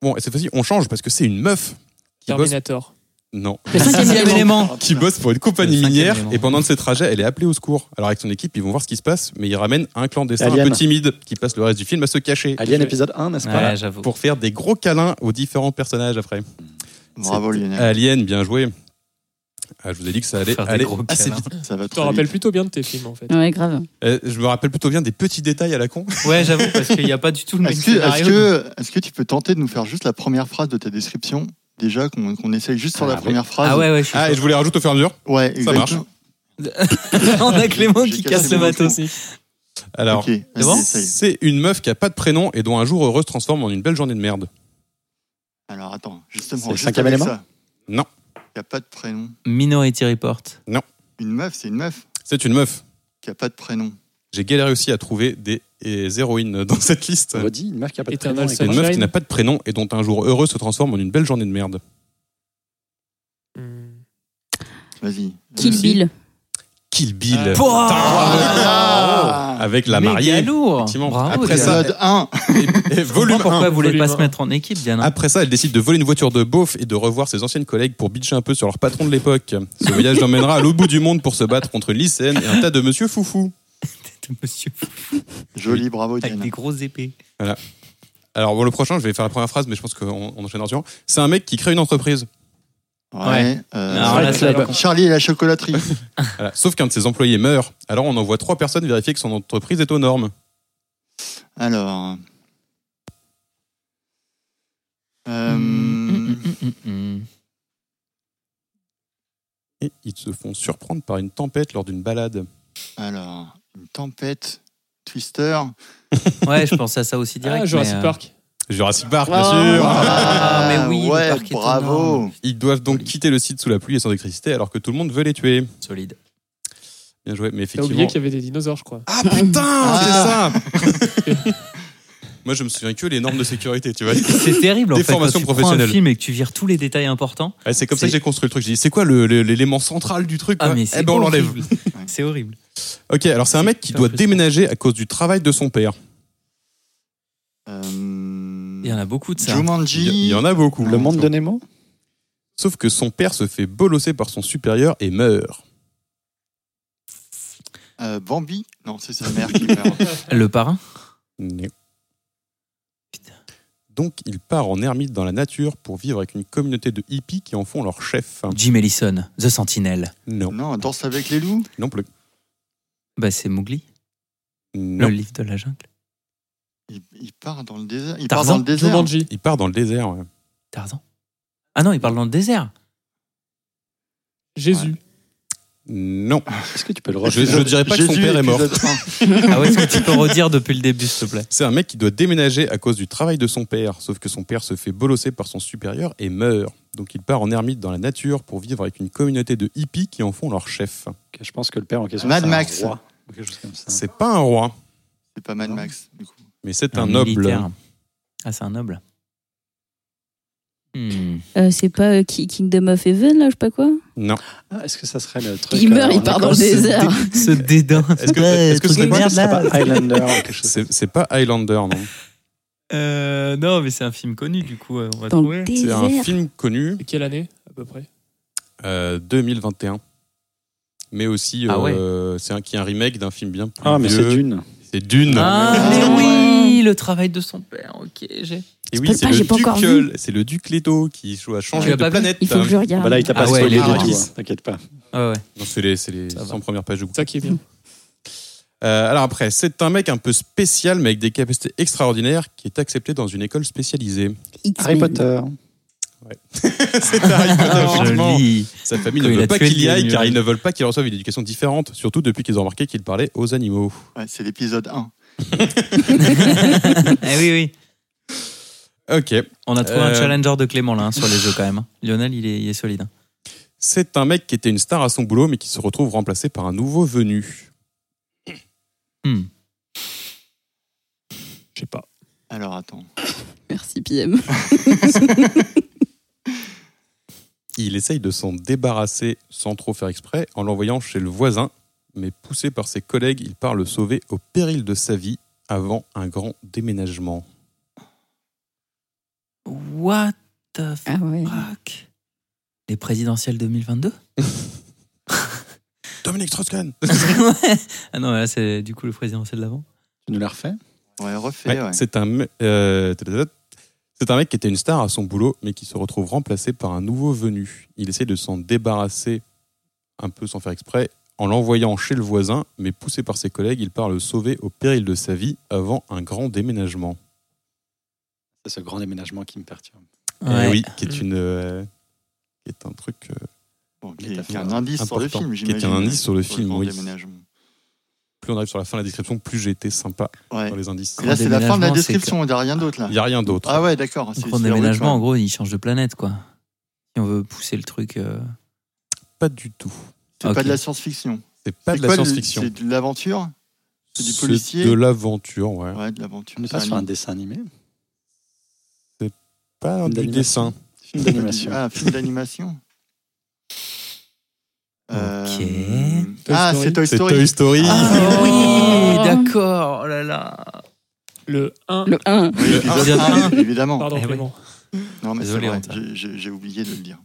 Speaker 2: Bon, et cette fois-ci, on change parce que c'est une meuf. Qui bosse...
Speaker 6: Terminator.
Speaker 2: Non.
Speaker 4: Le cinquième élément.
Speaker 2: qui bosse pour une compagnie
Speaker 1: Le cinquième
Speaker 2: minière
Speaker 1: élément.
Speaker 2: et pendant un de ses trajets, elle est appelée au secours. Alors avec son équipe, ils vont voir ce qui se passe, mais ils ramènent un clandestin un
Speaker 7: Alien.
Speaker 2: peu timide qui passe le reste du film à se cacher
Speaker 7: Alien épisode 1, n'est-ce pas
Speaker 1: Ouais, j'avoue.
Speaker 2: pour faire des gros câlins aux différents personnages après.
Speaker 3: Bravo Lionel.
Speaker 2: Alien, bien joué. Ah, je vous ai dit que ça allait
Speaker 1: Faire des
Speaker 2: aller Ah,
Speaker 1: gros
Speaker 2: assez
Speaker 1: câlins.
Speaker 2: vite.
Speaker 3: Ça va
Speaker 6: Tu te
Speaker 3: très
Speaker 6: rappelles
Speaker 3: vite.
Speaker 6: plutôt bien de tes films en fait.
Speaker 4: Ouais, grave.
Speaker 2: Euh, je me rappelle plutôt bien des petits détails à la con.
Speaker 1: Ouais, j'avoue, parce qu'il n'y a pas du tout le même
Speaker 3: Est-ce que,
Speaker 1: scénario.
Speaker 3: est-ce que, est-ce que tu peux tenter de nous faire juste la première phrase de ta description Déjà, qu'on qu'on essaye juste sur
Speaker 7: Ah,
Speaker 3: la
Speaker 7: ouais.
Speaker 3: première phrase.
Speaker 1: Ah ouais, ouais, je suis
Speaker 2: Ah, et
Speaker 1: chaud.
Speaker 2: je vous les rajoute au fur et à mesure.
Speaker 3: Ouais, exactement.
Speaker 2: marche.
Speaker 1: On a Clément
Speaker 3: J'ai
Speaker 1: qui
Speaker 3: cassé
Speaker 1: casse le
Speaker 3: mon
Speaker 1: matos.
Speaker 2: Alors,
Speaker 3: ok, vas-y,
Speaker 1: Devant
Speaker 3: essaye.
Speaker 2: c'est une meuf qui a pas de prénom et dont un jour heureux se transforme en une belle journée de merde.
Speaker 3: Alors attends, justement,
Speaker 7: C'est le
Speaker 3: juste
Speaker 7: cinquième
Speaker 3: avec
Speaker 7: élément
Speaker 3: ça.
Speaker 2: Non.
Speaker 3: Il a pas de prénom.
Speaker 1: Minority Report.
Speaker 3: Une meuf, c'est une meuf
Speaker 2: C'est une meuf.
Speaker 3: qui a pas de prénom.
Speaker 2: J'ai galéré aussi à trouver des des héroïnes dans cette liste.
Speaker 7: Redis, une meuf qui a pas de
Speaker 6: Eternal
Speaker 7: prénom et
Speaker 2: C'est une
Speaker 7: qu'on-
Speaker 6: Sunshine.
Speaker 2: meuf qui n'a pas de prénom et dont un jour heureux se transforme en une belle journée de merde.
Speaker 6: Hmm.
Speaker 3: Vas-y.
Speaker 4: Kill
Speaker 3: Vas-y.
Speaker 4: Bill.
Speaker 2: Kill Bill.
Speaker 6: Ah.
Speaker 1: Pouah
Speaker 3: Ah.
Speaker 2: Avec la
Speaker 1: Méga
Speaker 2: mariée.
Speaker 1: lourd.
Speaker 2: Effectivement.
Speaker 1: Bravo,
Speaker 2: Après
Speaker 1: Diane.
Speaker 2: ça,
Speaker 3: Épisode 1.
Speaker 2: Et- et
Speaker 1: Je comprends
Speaker 2: volume
Speaker 1: pourquoi
Speaker 2: 1.
Speaker 1: vous voulez pas
Speaker 6: Volume
Speaker 1: se
Speaker 6: un.
Speaker 1: mettre en équipe, Diana
Speaker 2: Après ça, elle décide de voler une voiture de beauf et de revoir ses anciennes collègues pour bitcher un peu sur leur patron de l'époque. Ce voyage l'emmènera à l'au bout du monde pour se battre contre une lycéenne et un tas de monsieur foufou.
Speaker 1: de Monsieur Foufou.
Speaker 3: Joli, bravo,
Speaker 1: Avec
Speaker 3: Diane.
Speaker 1: des grosses épées.
Speaker 2: Voilà. Alors, bon, le prochain, je vais faire la première phrase, mais je pense qu'on on enchaînera sur. C'est un mec qui crée une entreprise.
Speaker 3: Ouais.
Speaker 1: Ouais.
Speaker 3: euh,
Speaker 1: Alors là, c'est la-
Speaker 3: Charlie et la chocolaterie.
Speaker 2: Voilà. Sauf qu'un de ses employés meurt. Alors, on envoie trois personnes vérifier que son entreprise est aux normes.
Speaker 3: Alors.
Speaker 1: Mm,
Speaker 3: Euh,
Speaker 4: Mm,
Speaker 2: Et ils se font surprendre par une tempête lors d'une balade.
Speaker 3: Alors, une tempête, Twister.
Speaker 1: Ouais, je pensais à ça aussi direct.
Speaker 6: Ah, Jurassic
Speaker 1: mais, euh,
Speaker 6: Park.
Speaker 2: Jurassic Park, bien
Speaker 3: Ah,
Speaker 2: sûr
Speaker 1: Ah, mais oui, le
Speaker 3: ouais,
Speaker 1: parc est énorme.
Speaker 3: bravo.
Speaker 2: Ils doivent donc quitter le site sous la pluie et sans électricité alors que tout le monde veut les tuer.
Speaker 1: Solide.
Speaker 2: Bien joué, mais
Speaker 6: T'as oublié
Speaker 2: effectivement.
Speaker 6: qu'il y avait des dinosaures, je crois.
Speaker 2: Ah putain, c'est ça Moi, je me souviens que les normes de sécurité, tu vois.
Speaker 1: C'est terrible en
Speaker 2: Des
Speaker 1: fait. Quand
Speaker 2: formations
Speaker 1: tu prends un
Speaker 2: professionnelles.
Speaker 1: film et que tu vires tous les détails importants.
Speaker 2: Ouais, c'est comme ça que
Speaker 1: C'est-
Speaker 2: j'ai construit le truc. J'ai dit, c'est quoi le- le- l'élément central du truc
Speaker 1: Ah,
Speaker 2: quoi
Speaker 1: mais
Speaker 2: Eh
Speaker 1: c'est
Speaker 2: ben, on l'enlève.
Speaker 1: horrible. C'est horrible.
Speaker 2: Ok, alors c'est un mec qui
Speaker 1: hyper
Speaker 2: doit
Speaker 1: frustrant.
Speaker 2: déménager à cause du travail de son père.
Speaker 3: Euh,
Speaker 1: Il y en a beaucoup de ça.
Speaker 2: Il y,
Speaker 3: Jumanji.
Speaker 2: il y en a beaucoup.
Speaker 7: Le monde de Nemo
Speaker 2: Sauf que son père se fait bolosser par son supérieur et meurt.
Speaker 3: euh, Bambi. Non, c'est sa mère qui meurt.
Speaker 1: Le parrain
Speaker 2: Non. Donc il part en ermite dans la nature pour vivre avec une communauté de hippies qui en font leur chef.
Speaker 1: Jim Ellison, The Sentinel.
Speaker 2: Non,
Speaker 3: non, Danse avec les loups.
Speaker 2: non plus.
Speaker 1: Bah, c'est Mowgli,
Speaker 2: Non.
Speaker 1: le livre de la jungle.
Speaker 3: Il, il part dans le désert. Il part
Speaker 1: Tarzan,
Speaker 3: dans le désert.
Speaker 6: Jumanji.
Speaker 2: Il part dans le désert. ouais.
Speaker 1: Tarzan Ah non, il parle dans le désert.
Speaker 6: Jésus.
Speaker 2: Non.
Speaker 7: Est-ce que tu peux le
Speaker 2: Je, je dirais pas que son
Speaker 3: Jésus,
Speaker 2: père est mort.
Speaker 3: épisode un.
Speaker 1: Ah ouais, est-ce que tu peux redire depuis le début, s'il te plaît
Speaker 2: C'est un mec qui doit déménager à cause du travail de son père, sauf que son père se fait bolosser par son supérieur et meurt. Donc il part en ermite dans la nature pour vivre avec une communauté de hippies qui en font leur chef.
Speaker 7: Je pense que le père en question.
Speaker 3: Mad
Speaker 7: c'est un
Speaker 3: Max.
Speaker 7: roi, ou quelque chose comme ça.
Speaker 2: C'est pas un roi,
Speaker 3: C'est pas Mad Max, du coup.
Speaker 2: mais c'est un, noble.
Speaker 1: militaire. Ah, c'est un noble. Hmm.
Speaker 4: Euh, c'est pas euh, Ki- Kingdom of Heaven, là, je sais pas quoi.
Speaker 2: Non.
Speaker 7: Ah, Est-ce que ça serait le truc
Speaker 4: Il meurt,
Speaker 7: euh,
Speaker 4: il
Speaker 7: en
Speaker 4: part dans le
Speaker 7: Écosse
Speaker 4: désert.
Speaker 1: Oh, Ce dédain.
Speaker 2: Est-ce que- est-ce que
Speaker 1: Truc
Speaker 2: c'est
Speaker 1: de
Speaker 2: moi
Speaker 1: merde,
Speaker 7: C'est pas
Speaker 1: là
Speaker 7: Highlander ou quelque chose.
Speaker 2: C'est c'est pas Highlander, non.
Speaker 1: Euh, Non, mais c'est un film connu, du coup, euh, on va
Speaker 4: Dans
Speaker 1: trouver.
Speaker 4: le
Speaker 2: C'est
Speaker 4: désert.
Speaker 2: un film connu,
Speaker 6: Et quelle année, à peu près
Speaker 2: euh, 2021. Mais aussi,
Speaker 1: Ah ouais.
Speaker 2: euh, c'est un, qui est un remake d'un film bien plus
Speaker 7: Ah, mais c'est
Speaker 2: vieux.
Speaker 7: d'une.
Speaker 2: C'est Dune.
Speaker 1: Ah, mais
Speaker 3: Ah,
Speaker 1: oui, le travail de son père, ok, j'ai.
Speaker 2: Et oui,
Speaker 4: peux
Speaker 2: c'est
Speaker 4: pas,
Speaker 2: le,
Speaker 4: j'ai pas encore
Speaker 2: duc,
Speaker 4: vu.
Speaker 2: euh, c'est le duc Leto qui cho- a
Speaker 1: Tu
Speaker 2: changé
Speaker 1: l'as
Speaker 2: de
Speaker 1: pas vu
Speaker 2: planète.
Speaker 4: Il faut que je regarde.
Speaker 7: Bah là, il t'a
Speaker 1: Ah
Speaker 7: pas
Speaker 1: ouais,
Speaker 7: spoilé
Speaker 1: les
Speaker 7: du tout,
Speaker 3: Arrakis.
Speaker 7: hein, t'inquiète pas.
Speaker 1: Ouais, ouais.
Speaker 2: Non, C'est les, c'est les
Speaker 1: Ça va.
Speaker 2: 100 premières pages du coup.
Speaker 6: Ça qui est bien.
Speaker 2: Euh, alors après, c'est un mec un peu spécial mais avec des capacités extraordinaires qui est accepté dans une école spécialisée.
Speaker 4: X-Men.
Speaker 7: Harry Potter.
Speaker 2: C'est Harry
Speaker 1: Ah,
Speaker 2: Potter, effectivement.
Speaker 1: Joli.
Speaker 2: Sa famille
Speaker 1: Quand
Speaker 2: ne
Speaker 1: il
Speaker 2: veut
Speaker 1: a
Speaker 2: pas
Speaker 1: tué
Speaker 2: qu'il y
Speaker 1: le
Speaker 2: aille car
Speaker 1: nuage.
Speaker 2: ils ne veulent pas qu'il reçoive une éducation différente, surtout depuis qu'ils ont remarqué qu'il parlait aux animaux.
Speaker 3: Ouais, c'est l'épisode 1.
Speaker 1: Eh oui, oui.
Speaker 2: Ok,
Speaker 1: On a trouvé un
Speaker 2: Euh.
Speaker 1: challenger de Clément là hein, sur les jeux quand même. hein. Lionel, il est, il est solide. hein.
Speaker 2: c'est un mec qui était une star à son boulot mais qui se retrouve remplacé par un nouveau venu.
Speaker 1: Hmm.
Speaker 6: Je sais pas.
Speaker 3: Alors, attends.
Speaker 4: Merci, PM.
Speaker 2: Il essaye de s'en débarrasser sans trop faire exprès en l'envoyant chez le voisin, mais poussé par ses collègues, il part le sauver au péril de sa vie avant un grand
Speaker 1: hein.
Speaker 2: déménagement.
Speaker 1: What the
Speaker 4: Ah ouais.
Speaker 1: fuck Les présidentielles 2022
Speaker 2: Dominique Strauss-Kahn
Speaker 1: Ouais. Ah non, mais là c'est du coup le présidentiel de l'avant.
Speaker 7: Tu nous l'as refait
Speaker 3: Ouais, refait,
Speaker 2: Ouais,
Speaker 3: ouais.
Speaker 2: C'est un, me- euh, tadadad. c'est un mec qui était une star à son boulot, mais qui se retrouve remplacé par un nouveau venu. Il essaie de s'en débarrasser un peu sans faire exprès, en l'envoyant chez le voisin, mais poussé par ses collègues, il part le sauver au péril de sa vie avant un grand déménagement.
Speaker 7: C'est ce grand déménagement qui me perturbe.
Speaker 2: Eh
Speaker 1: Ouais.
Speaker 2: oui, qui
Speaker 3: Mm.
Speaker 2: est une, euh, qui est un truc. euh,
Speaker 3: Bon, qui est,
Speaker 7: Métaphore
Speaker 3: qui est un indice sur le
Speaker 2: important,
Speaker 3: film,
Speaker 2: qui est un
Speaker 3: j'imagine.
Speaker 2: indice sur le film,
Speaker 3: grand
Speaker 2: oui.
Speaker 3: déménagement.
Speaker 2: plus on arrive sur la fin de la description, plus j'ai été sympa
Speaker 3: Ouais.
Speaker 2: dans les indices.
Speaker 3: Et là, c'est la fin de la
Speaker 1: Déménagement, c'est
Speaker 3: description, il n'y a rien d'autre là.
Speaker 2: Il n'y a rien d'autre.
Speaker 3: Ah ouais, d'accord.
Speaker 1: Le grand déménagement, en gros, il change de planète quoi. Si on veut pousser le truc. euh,
Speaker 2: Pas du tout.
Speaker 3: C'est
Speaker 1: ok.
Speaker 3: pas de la science-fiction.
Speaker 2: C'est pas
Speaker 3: C'est
Speaker 2: de la
Speaker 3: quoi, le-
Speaker 2: science-fiction.
Speaker 3: C'est de l'aventure c'est du
Speaker 2: C'est
Speaker 3: policier
Speaker 2: de l'aventure, ouais.
Speaker 3: Ouais, de l'aventure.
Speaker 7: On n'est
Speaker 3: C'est
Speaker 7: pas sur un
Speaker 3: un-
Speaker 7: dessin animé
Speaker 2: Pas du
Speaker 7: D'animation.
Speaker 2: dessin.
Speaker 7: Film d'animation.
Speaker 3: Ah, un film d'animation. Euh,
Speaker 6: Toy
Speaker 3: Ah,
Speaker 6: Story.
Speaker 3: c'est Toy
Speaker 2: C'est
Speaker 3: Story.
Speaker 2: Toy Story.
Speaker 1: Ah
Speaker 4: Oh.
Speaker 1: oui, d'accord. Oh là là.
Speaker 6: Le 1.
Speaker 4: Le 1.
Speaker 3: Oui, épisode
Speaker 1: Épisode
Speaker 3: un,
Speaker 1: un.
Speaker 3: évidemment.
Speaker 6: Pardon,
Speaker 1: Eh oui.
Speaker 6: Clément.
Speaker 3: Non, mais c'est
Speaker 1: Désolé,
Speaker 3: vrai,
Speaker 1: Antoine.
Speaker 3: j'ai- j'ai j'ai oublié de le dire.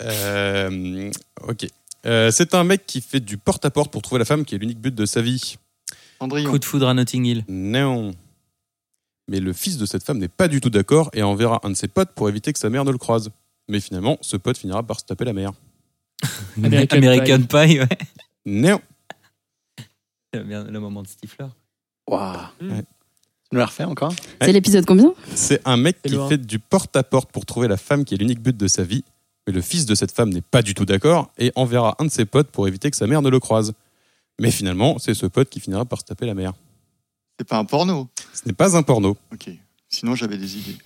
Speaker 2: Euh, ok. Euh, c'est un mec qui fait du porte-à-porte pour trouver la femme qui est l'unique but de sa vie.
Speaker 1: Coup de foudre à Notting Hill.
Speaker 2: Non. Mais le fils de cette femme n'est pas du tout d'accord et enverra un de ses potes pour éviter que sa mère ne le croise. Mais finalement, ce pote finira par se taper la mère.
Speaker 1: American, American Pie, ouais.
Speaker 2: Non.
Speaker 1: C'est bien Le moment de Stifler.
Speaker 7: Waouh. Tu nous la refais encore
Speaker 4: C'est l'épisode combien
Speaker 2: C'est un mec
Speaker 7: C'est
Speaker 2: qui
Speaker 7: loin.
Speaker 2: fait du porte-à-porte pour trouver la femme qui est l'unique but de sa vie. Mais le fils de cette femme n'est pas du tout d'accord et enverra un de ses potes pour éviter que sa mère ne le croise. Mais finalement, c'est ce pote qui finira par se taper la mère.
Speaker 3: C'est pas un porno.
Speaker 2: Ce n'est pas un porno.
Speaker 3: Ok. Sinon, j'avais des idées.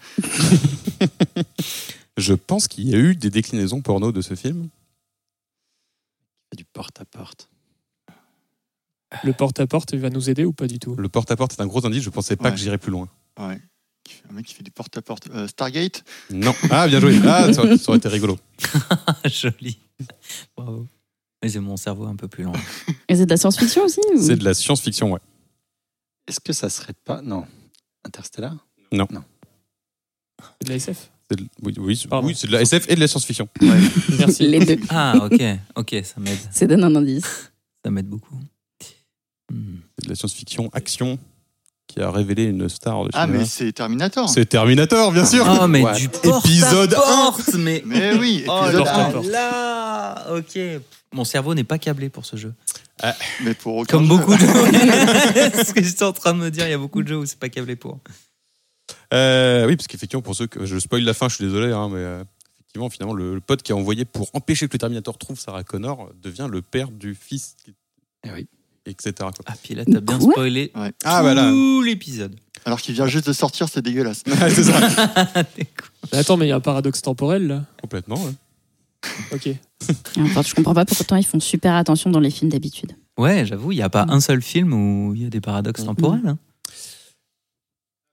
Speaker 2: Je pense qu'il y a eu des déclinaisons porno de ce film.
Speaker 7: Du porte-à-porte.
Speaker 6: Le porte-à-porte va nous aider ou pas du tout
Speaker 2: Le porte-à-porte est un gros indice, je pensais pas
Speaker 3: Ouais.
Speaker 2: que j'irais plus loin.
Speaker 3: Ouais. Qui fait- Un mec qui fait du porte-à-porte. Euh, Stargate
Speaker 2: Non. Ah, bien joué. Ah, ça aurait, ça aurait été rigolo.
Speaker 1: Ah, Joli. Bravo. Mais c'est mon cerveau un peu plus lent.
Speaker 4: Et c'est de la science-fiction aussi ou-
Speaker 2: C'est de la science-fiction, ouais.
Speaker 7: Est-ce que ça serait pas. Non. Interstellar
Speaker 2: Non.
Speaker 6: De la SF
Speaker 2: C'est de- oui, oui, c'est- oui, c'est de la SF et de la science-fiction.
Speaker 6: Merci.
Speaker 4: Les deux.
Speaker 1: Ah, ok, ok, ça m'aide.
Speaker 4: Ça donne un indice.
Speaker 1: Ça m'aide beaucoup. Hmm.
Speaker 2: C'est de la science-fiction action qui a révélé une star de
Speaker 3: Ah,
Speaker 2: cinéma.
Speaker 3: mais c'est Terminator.
Speaker 2: C'est Terminator, bien sûr.
Speaker 1: Oh, mais
Speaker 2: What
Speaker 1: du
Speaker 2: épisode 1
Speaker 1: porte-à-porte, mais...
Speaker 3: Mais oui,
Speaker 1: Oh
Speaker 3: épisode
Speaker 1: là
Speaker 3: 1.
Speaker 1: là, ok. Mon cerveau n'est pas câblé pour ce jeu.
Speaker 3: Mais pour aucun
Speaker 1: Comme
Speaker 3: jeu.
Speaker 1: beaucoup de jeux. ce que j'étais en train de me dire, il y a beaucoup de jeux où c'est pas câblé pour.
Speaker 2: Euh, oui, parce qu'effectivement, pour ceux que je spoil la fin, je suis désolé, hein, mais euh, effectivement, finalement, le, le pote qui a envoyé pour empêcher que le Terminator trouve Sarah Connor devient le père du fils,
Speaker 7: Eh oui.
Speaker 2: etc. quoi.
Speaker 1: Ah, puis là, t'as bien
Speaker 4: Quoi
Speaker 1: spoilé
Speaker 3: Ouais.
Speaker 2: Ah, voilà.
Speaker 1: tout l'épisode.
Speaker 3: Alors qu'il vient juste de sortir, c'est dégueulasse.
Speaker 2: Ouais, c'est ça.
Speaker 6: Mais Attends, mais il y a un paradoxe temporel là.
Speaker 2: Complètement. ouais.
Speaker 6: Ok.
Speaker 4: Et encore, je comprends pas pourquoi ils font super attention dans les films d'habitude.
Speaker 1: Ouais, j'avoue, il n'y a pas un seul film où il y a des paradoxes temporels. hein.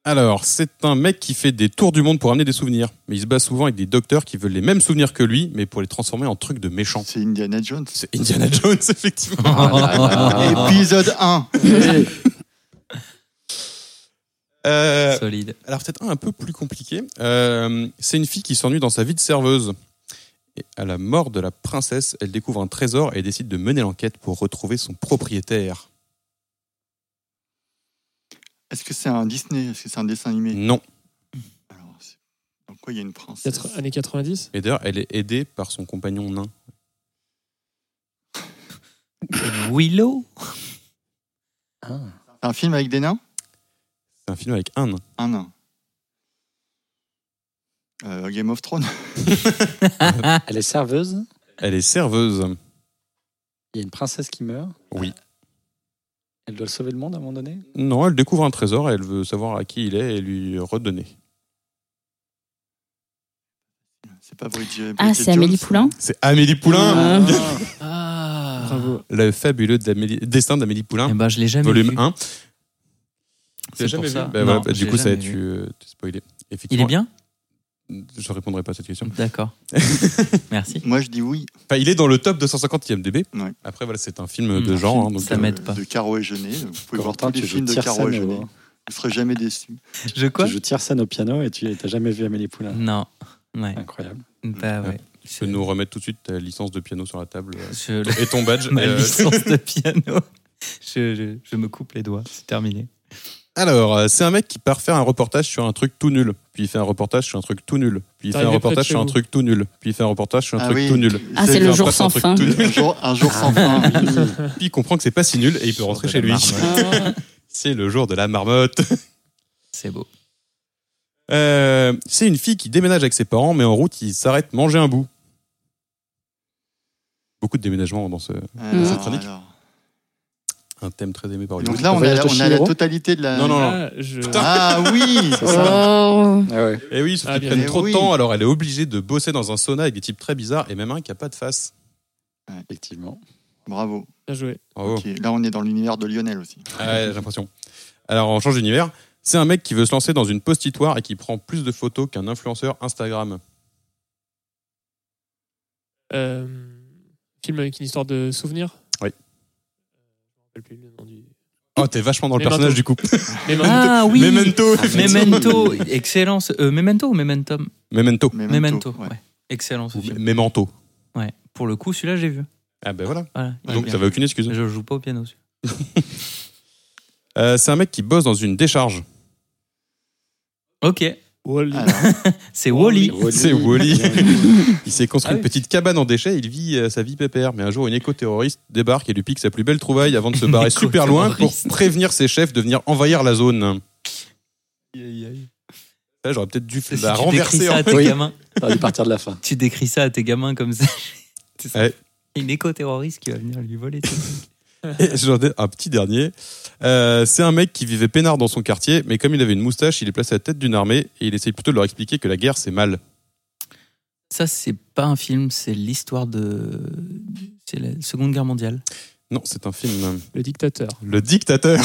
Speaker 2: Alors, c'est un mec qui fait des tours du monde pour amener des souvenirs, mais il se bat souvent avec des docteurs qui veulent les mêmes souvenirs que lui, mais pour les transformer en trucs de méchants.
Speaker 3: C'est Indiana Jones.
Speaker 2: C'est Indiana Jones, effectivement.
Speaker 1: Ah,
Speaker 2: Ah.
Speaker 3: Épisode 1.
Speaker 2: Euh,
Speaker 1: Solide.
Speaker 2: Alors peut-être un, un peu plus compliqué. Euh, c'est une fille qui s'ennuie dans sa vie de serveuse. Et à la mort de la princesse, elle découvre un trésor et décide de mener l'enquête pour retrouver son propriétaire.
Speaker 3: Est-ce que c'est un Disney Est-ce que c'est un dessin animé
Speaker 2: Non.
Speaker 3: Alors, c'est- Dans quoi il y a une princesse
Speaker 6: Quatre- Années 90
Speaker 2: Et d'ailleurs, elle est aidée par son compagnon nain.
Speaker 1: Willow
Speaker 7: Ah.
Speaker 3: C'est un film avec des nains
Speaker 2: C'est un film avec un nain.
Speaker 3: Un nain. Euh, Game of Thrones
Speaker 1: Ah.
Speaker 7: Elle est serveuse.
Speaker 2: Elle est serveuse.
Speaker 7: Il y a une princesse qui meurt.
Speaker 2: Oui.
Speaker 7: Elle doit sauver le monde à un moment donné.
Speaker 2: Non, elle découvre un trésor et elle veut savoir à qui il est et lui redonner.
Speaker 3: C'est pas Bridget.
Speaker 4: Ah,
Speaker 3: Bridget
Speaker 4: c'est Amélie
Speaker 3: Jones
Speaker 4: Poulain
Speaker 2: C'est Amélie Poulain
Speaker 4: Ah.
Speaker 1: Ah.
Speaker 6: Bravo.
Speaker 2: Le fabuleux d'Amélie- destin d'Amélie
Speaker 1: Eh
Speaker 2: Poulain,
Speaker 1: ben, je l'ai jamais
Speaker 2: volume
Speaker 1: vu.
Speaker 2: 1. Tu l'as
Speaker 1: C'est pour ça.
Speaker 2: Bah
Speaker 1: Non,
Speaker 2: ouais, bah,
Speaker 1: je
Speaker 2: Du
Speaker 1: l'ai
Speaker 2: coup, ça va
Speaker 1: jamais
Speaker 2: tu
Speaker 1: vu.
Speaker 2: euh, t'es spoilé.
Speaker 1: Il est bien
Speaker 2: Je répondrai pas à cette question.
Speaker 1: D'accord. Merci.
Speaker 3: Moi, je dis oui.
Speaker 2: Enfin, il est dans le top 250 IMDb.
Speaker 3: Ouais.
Speaker 2: e Après, voilà, c'est un film de
Speaker 1: Mmh.
Speaker 2: genre. hein,
Speaker 1: Film,
Speaker 2: donc,
Speaker 1: ça
Speaker 2: euh,
Speaker 1: m'aide pas.
Speaker 3: De Caro et Jeunet. Vous pouvez voir
Speaker 7: Corentin,
Speaker 3: tous les
Speaker 7: tu joues
Speaker 3: films de Caro
Speaker 7: Tiersen
Speaker 3: et Jeunet.
Speaker 7: au...
Speaker 2: hein.
Speaker 3: Vous serez jamais déçus.
Speaker 1: Je quoi Mm.
Speaker 7: tu joues Tiersen au piano et tu n'as jamais vu Amélie Poulain.
Speaker 1: Non. Ouais.
Speaker 7: Incroyable.
Speaker 1: Bah
Speaker 2: Euh,
Speaker 1: ouais.
Speaker 2: Tu peux nous remettre tout de suite ta licence de piano sur la table euh,
Speaker 1: Je-
Speaker 2: et ton badge.
Speaker 1: ma
Speaker 2: Euh,
Speaker 1: licence de piano. Je, je- je me coupe les doigts, c'est terminé.
Speaker 2: Alors, euh, c'est un mec qui part faire un reportage sur un truc tout nul, puis il fait un reportage sur un truc tout nul, puis il fait un
Speaker 6: Arrivé près de
Speaker 2: reportage
Speaker 6: chez
Speaker 2: sur un
Speaker 6: vous.
Speaker 2: truc tout nul, puis il fait un reportage sur un
Speaker 3: Ah
Speaker 2: truc
Speaker 3: oui.
Speaker 2: tout nul. Ah.
Speaker 4: Ah,
Speaker 2: Il
Speaker 4: c'est
Speaker 2: fait
Speaker 4: le
Speaker 2: un
Speaker 4: jour
Speaker 2: reportage sur
Speaker 4: sans
Speaker 2: un truc
Speaker 4: fin.
Speaker 2: tout nul,
Speaker 3: Un jour, un jour sans fin. oui.
Speaker 2: puis il comprend que c'est pas si nul et il peut rentrer chez lui. C'est le jour de la marmotte.
Speaker 1: C'est beau.
Speaker 2: Euh, c'est une fille qui déménage avec ses parents, mais en route, il s'arrête manger un bout. Beaucoup de déménagements dans ce
Speaker 3: Alors,
Speaker 2: C'est chronique.
Speaker 3: alors.
Speaker 2: un thème très aimé par Hollywood.
Speaker 3: Donc là, on a,
Speaker 7: Voyage
Speaker 3: la-
Speaker 7: de
Speaker 3: on a la
Speaker 7: Chihiro
Speaker 3: totalité de la.
Speaker 2: Non, non, non.
Speaker 6: Ah, je...
Speaker 3: Ah oui
Speaker 7: C'est ça.
Speaker 4: Oh.
Speaker 7: Ah ouais.
Speaker 2: Et Eh oui, sauf
Speaker 6: Ah,
Speaker 2: qu'ils
Speaker 6: bien
Speaker 2: prennent
Speaker 3: sûr.
Speaker 2: trop
Speaker 3: Oui.
Speaker 2: de temps, alors elle est obligée de bosser dans un sauna avec des types très bizarres et même un qui a pas de face.
Speaker 7: Effectivement.
Speaker 3: Bravo.
Speaker 6: Bien joué.
Speaker 2: Bravo.
Speaker 3: Ok, Là, on est dans l'univers de Lionel aussi.
Speaker 2: Ah Oh, ouais, j'ai l'impression. Alors, on change d'univers. C'est un mec qui veut se lancer dans une postitoire et qui prend plus de photos qu'un influenceur Instagram.
Speaker 6: Euh, film avec une histoire de souvenirs
Speaker 2: Oui.
Speaker 6: Je me rappelle plus le nom du.
Speaker 2: Oh, t'es vachement dans le
Speaker 6: Memento.
Speaker 2: personnage du coup.
Speaker 6: Mais maintenant,
Speaker 1: Ah oui
Speaker 2: Memento.
Speaker 1: Memento, excellent. ce- euh, Memento ou Mementum
Speaker 2: Memento.
Speaker 1: Memento,
Speaker 3: ouais.
Speaker 1: ouais. Excellent ce
Speaker 2: Ou
Speaker 1: film.
Speaker 2: Memento.
Speaker 1: Ouais. Pour le coup, celui-là, j'ai vu.
Speaker 2: Ah ben voilà.
Speaker 1: Voilà, il est
Speaker 2: Donc
Speaker 1: bien.
Speaker 2: t'avais aucune excuse.
Speaker 1: Je joue pas au piano. celui-là.
Speaker 2: Euh, c'est un mec qui bosse dans une décharge.
Speaker 1: Ok. c'est
Speaker 2: Oh,
Speaker 1: Wally.
Speaker 2: C'est Wally. il s'est
Speaker 1: Ah
Speaker 2: construit une petite cabane en déchets. Il vit euh, sa vie pépère. Mais un jour, une éco-terroriste débarque et lui pique sa plus belle trouvaille avant de se
Speaker 1: Une
Speaker 2: barrer super loin pour
Speaker 1: éco-terroriste.
Speaker 2: prévenir ses chefs de venir envahir la zone. Ah, J'aurais peut-être dû
Speaker 1: Si
Speaker 2: la
Speaker 1: tu décris
Speaker 2: renverser
Speaker 1: ça à
Speaker 2: en
Speaker 1: tes gamins.
Speaker 7: T'aurais dû partir de la fin.
Speaker 1: Tu décris ça à tes gamins comme ça. C'est ça. Une éco-terroriste qui va venir lui voler. tout.
Speaker 2: Et j'en ai un petit dernier. Euh, c'est un mec qui vivait peinard dans son quartier, mais comme il avait une moustache, il est placé à la tête d'une armée et il essaye plutôt de leur expliquer que la guerre c'est mal.
Speaker 1: ça, c'est pas un film, c'est l'histoire de. C'est la Seconde Guerre mondiale.
Speaker 2: Non, c'est un film.
Speaker 6: Le dictateur.
Speaker 2: Le dictateur.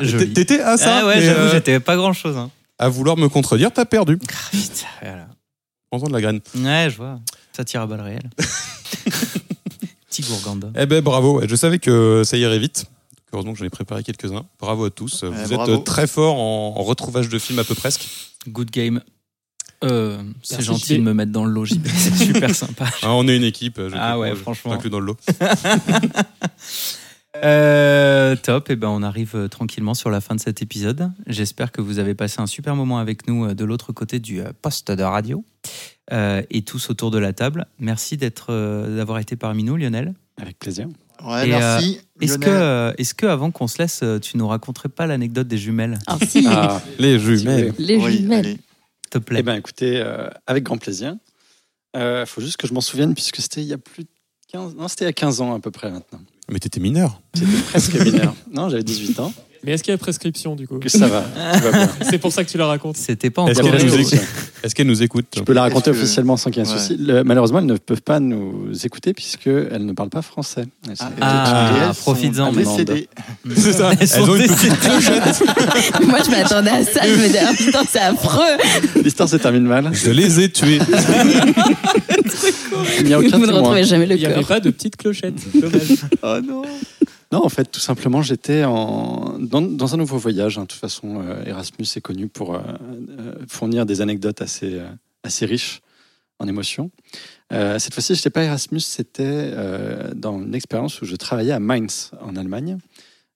Speaker 1: Joli.
Speaker 2: T'étais à ça
Speaker 1: Ah ouais,
Speaker 2: mais,
Speaker 1: j'avoue,
Speaker 2: euh,
Speaker 1: j'étais pas grand chose.
Speaker 2: À vouloir me contredire, t'as perdu.
Speaker 1: Putain, voilà.
Speaker 2: Prends-en de la graine.
Speaker 1: Ouais, je vois. Ça tire à balles réelles. Petit gourganda.
Speaker 2: Eh ben bravo, je savais que ça irait vite. Heureusement que j'en ai préparé quelques-uns. Bravo à tous. Vous êtes
Speaker 1: bravo.
Speaker 2: très forts en, en retrouvage de films à peu presque.
Speaker 1: Good game. Euh, c'est
Speaker 2: Merci,
Speaker 1: gentil
Speaker 2: JB.
Speaker 1: de me mettre dans le lot, JB. C'est super sympa.
Speaker 2: Ah, on est une équipe. je
Speaker 1: Ah
Speaker 2: comprends,
Speaker 1: ouais,
Speaker 2: je
Speaker 1: franchement.
Speaker 2: t'inclus dans le lot.
Speaker 1: Euh, top, et ben on arrive euh, tranquillement sur la fin de cet épisode. J'espère que vous avez passé un super moment avec nous euh, de l'autre côté du euh, poste de radio euh, et tous autour de la table. Merci d'être, euh, d'avoir été parmi nous, Lionel.
Speaker 7: Avec plaisir.
Speaker 3: Ouais,
Speaker 1: Et, euh,
Speaker 3: merci.
Speaker 1: est-ce
Speaker 3: Lionel.
Speaker 1: que, euh, est-ce que avant qu'on se laisse, euh, tu nous raconterais pas l'anecdote des jumelles
Speaker 4: si.
Speaker 7: Ah,
Speaker 2: les jumelles.
Speaker 4: Les
Speaker 7: Oui,
Speaker 4: jumelles.
Speaker 1: S'il te plaît.
Speaker 7: Eh bien, écoutez, euh, avec grand plaisir. Il faut juste que je m'en souvienne, puisque c'était il y a plus de 15... Non, c'était il y a 15 ans à peu près maintenant.
Speaker 2: Mais t'étais mineur.
Speaker 7: J'étais presque mineur. Non, j'avais 18 ans.
Speaker 6: Mais est-ce qu'il y a prescription du coup
Speaker 7: Que ça va. Tout va bien.
Speaker 6: C'est pour ça que tu la racontes.
Speaker 1: C'était pas
Speaker 2: Est-ce
Speaker 1: encore.
Speaker 7: Il y a
Speaker 2: qu'elle
Speaker 7: des
Speaker 2: nous,
Speaker 7: raisons.
Speaker 2: écoute Est-ce qu'elle nous écoute
Speaker 7: Je peux la raconter
Speaker 3: Est-ce que-
Speaker 7: officiellement sans qu'il y ait un
Speaker 3: Ouais.
Speaker 7: souci. Le- malheureusement, elles ne peuvent pas nous écouter puisqu'elles ne parlent pas français. Elles sont-
Speaker 1: Ah,
Speaker 3: Et elles sont
Speaker 1: profites-en, mais-
Speaker 3: décédées.
Speaker 2: C'est ça.
Speaker 1: Elles sont
Speaker 2: Elles ont une petite
Speaker 1: décédées.
Speaker 2: clochette.
Speaker 4: Ah, Moi, je m'attendais à ça. Je me disais, ah, putain, c'est affreux.
Speaker 7: L'histoire se termine mal.
Speaker 2: Je les ai tués.
Speaker 7: Il n'y a aucun
Speaker 4: Vous ne
Speaker 7: témoin.
Speaker 4: retrouvez jamais le
Speaker 6: Il n'y avait
Speaker 4: cœur.
Speaker 6: pas de petite clochette. Dommage.
Speaker 1: Ah non.
Speaker 7: Non, en fait, tout simplement, j'étais en... dans, dans un nouveau voyage. hein. De toute façon, euh, Erasmus est connu pour euh, euh, fournir des anecdotes assez, euh, assez riches en émotions. Euh, cette fois-ci, je n'étais pas à Erasmus, c'était euh, dans une expérience où je travaillais à Mainz, en Allemagne.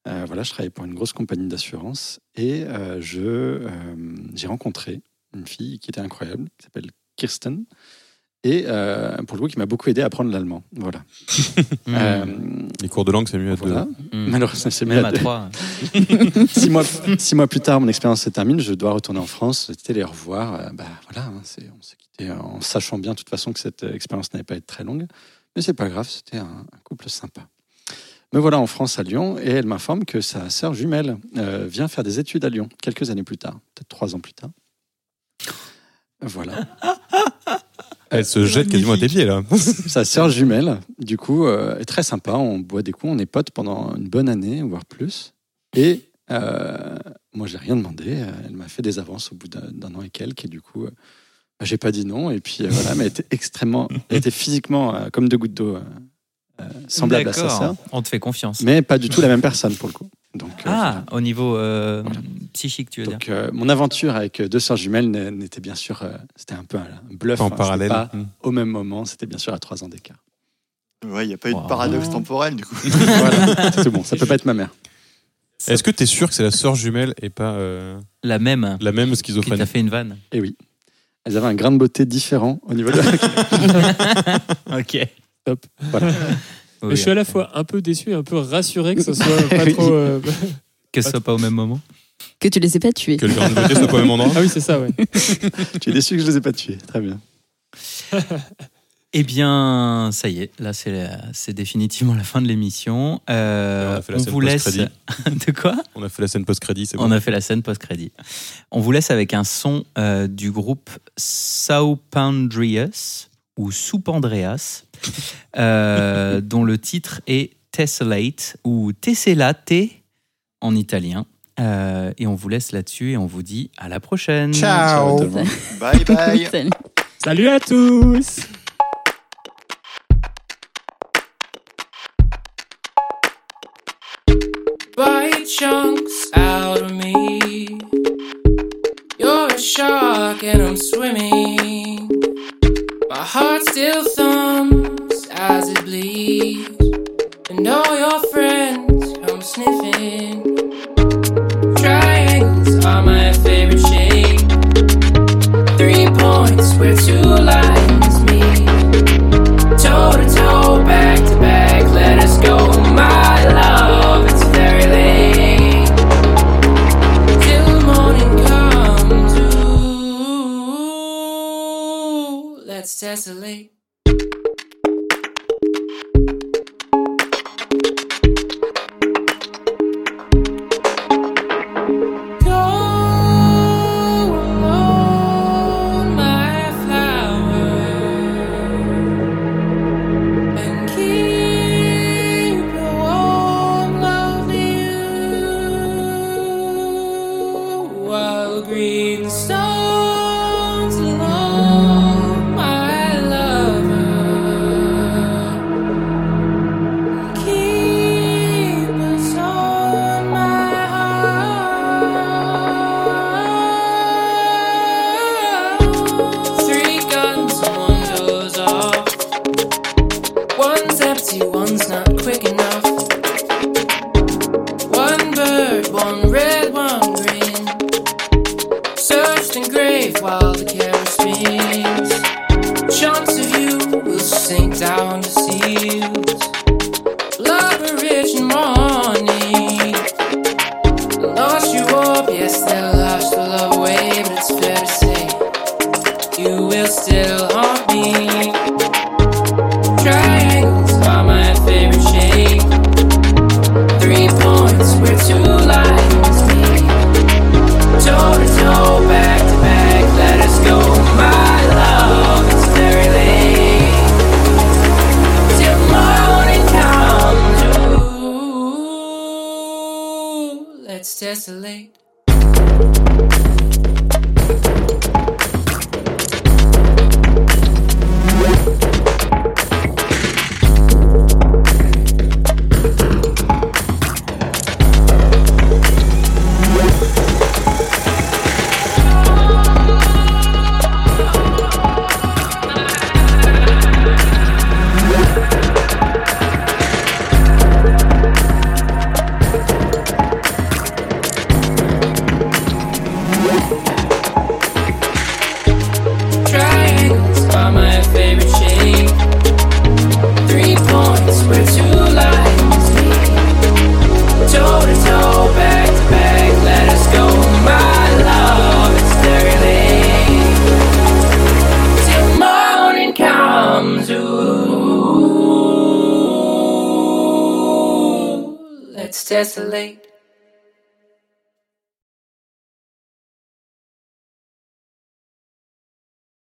Speaker 7: Euh, voilà, je travaillais pour une grosse compagnie d'assurance et euh, je, euh, j'ai rencontré une fille qui était incroyable, qui s'appelle Kirsten, et euh, pour le coup, qui m'a beaucoup aidé à apprendre l'allemand. Voilà.
Speaker 1: Hmm. Mmh.
Speaker 7: Euh,
Speaker 2: Les cours de langue, c'est mieux à
Speaker 7: voilà.
Speaker 1: Mm.
Speaker 7: Malheureusement, c'est
Speaker 1: Même
Speaker 7: mal.
Speaker 1: à trois.
Speaker 7: six, mois, six mois plus tard, mon expérience se termine. Je dois retourner en France. C'était les revoir. Euh, bah, voilà, hein, c'est- on s'est quitté en sachant bien, de toute façon, que cette euh, expérience n'allait pas être très longue. Mais c'est pas grave, c'était un, un couple sympa. Me voilà en France, à Lyon, et elle m'informe que sa sœur jumelle euh, vient faire des études à Lyon, quelques années plus tard, peut-être trois ans plus tard. Voilà.
Speaker 2: Elle se jette quasiment à tes pieds, là.
Speaker 7: Sa sœur jumelle, du coup, euh, est très sympa. On boit des coups, on est potes pendant une bonne année, voire plus. Et euh, moi, j'ai rien demandé. Euh, Elle m'a fait des avances au bout d'un- d'un an et quelques. Et du coup, euh, bah, j'ai pas dit non. Et puis euh, voilà, mais elle était extrêmement. Elle était physiquement euh, comme deux gouttes d'eau, euh, euh, semblable à sa sœur.
Speaker 1: D'accord. On te fait confiance.
Speaker 7: Mais pas du tout la même personne pour le coup. Donc, euh,
Speaker 1: Ah, au niveau euh, psychique, tu veux dire.
Speaker 7: donc euh, mon aventure avec euh, deux sœurs jumelles n'est- n'était bien sûr. euh, c'était un peu un bluff.
Speaker 2: En
Speaker 7: hein, c'était
Speaker 2: parallèle.
Speaker 7: pas
Speaker 2: Mm.
Speaker 7: au même moment, c'était bien sûr à trois ans d'écart.
Speaker 3: Ouais, il n'y a pas eu de
Speaker 1: Wow.
Speaker 3: paradoxe temporel, du coup.
Speaker 7: voilà, c'est tout bon. Ça peut pas être ma mère.
Speaker 2: Est-ce que t'es sûr que c'est la sœur jumelle et pas euh,
Speaker 1: La même
Speaker 2: la même
Speaker 1: qui t'a
Speaker 2: schizophrène
Speaker 1: fait une vanne.
Speaker 7: Et Eh oui. Elles avaient un grain de beauté différent au niveau de
Speaker 1: Ok.
Speaker 6: Top.
Speaker 7: Voilà.
Speaker 1: Oui,
Speaker 6: Mais je suis à la fois un peu déçu et un peu rassuré que ce soit pas
Speaker 7: Oui.
Speaker 6: trop. euh,
Speaker 1: Que ce soit pas au même moment.
Speaker 4: Que tu les aies pas tués.
Speaker 2: Que le grain de beauté soit pas au même endroit
Speaker 6: Ah oui, c'est ça, ouais.
Speaker 7: tu es déçu que je les ai pas tués. Très bien.
Speaker 1: Eh bien, ça y est, là c'est la- c'est définitivement la fin de l'émission. Euh,
Speaker 2: Et on a fait la
Speaker 1: on
Speaker 2: scène
Speaker 1: vous laisse
Speaker 2: post-crédit.
Speaker 1: de quoi
Speaker 2: On a fait la scène post-crédit, c'est bon.
Speaker 1: On a fait la scène post-crédit. On vous laisse avec un son euh, du groupe Saupandreas ou Soupandreas, euh, dont le titre est Tessellate ou Tessellate en italien. Euh, et on vous laisse là-dessus et on vous dit à la prochaine.
Speaker 7: Ciao. tout le monde.
Speaker 3: Bye bye.
Speaker 4: Salut.
Speaker 6: Salut à tous
Speaker 13: Buy chunks out of me. You're a shark and I'm swimming. My heart still thumps as it bleeds. And all your friends come sniffing.
Speaker 7: down the seals. Love rich morning. Lost you up, yes, still lost the love away, but it's fair to say you will still haunt me. Triangles are my favorite shape. Three points where two lines meet. Toe to toe, back to back, let us go. My love, it's very late. Till morning comes, ooh, let's tessellate. Triangles are my favorite shape. Three points where two lines meet. Toe to toe, back to back, let us go. My love, it's very late. Till morning comes, ooh. Let's tessellate.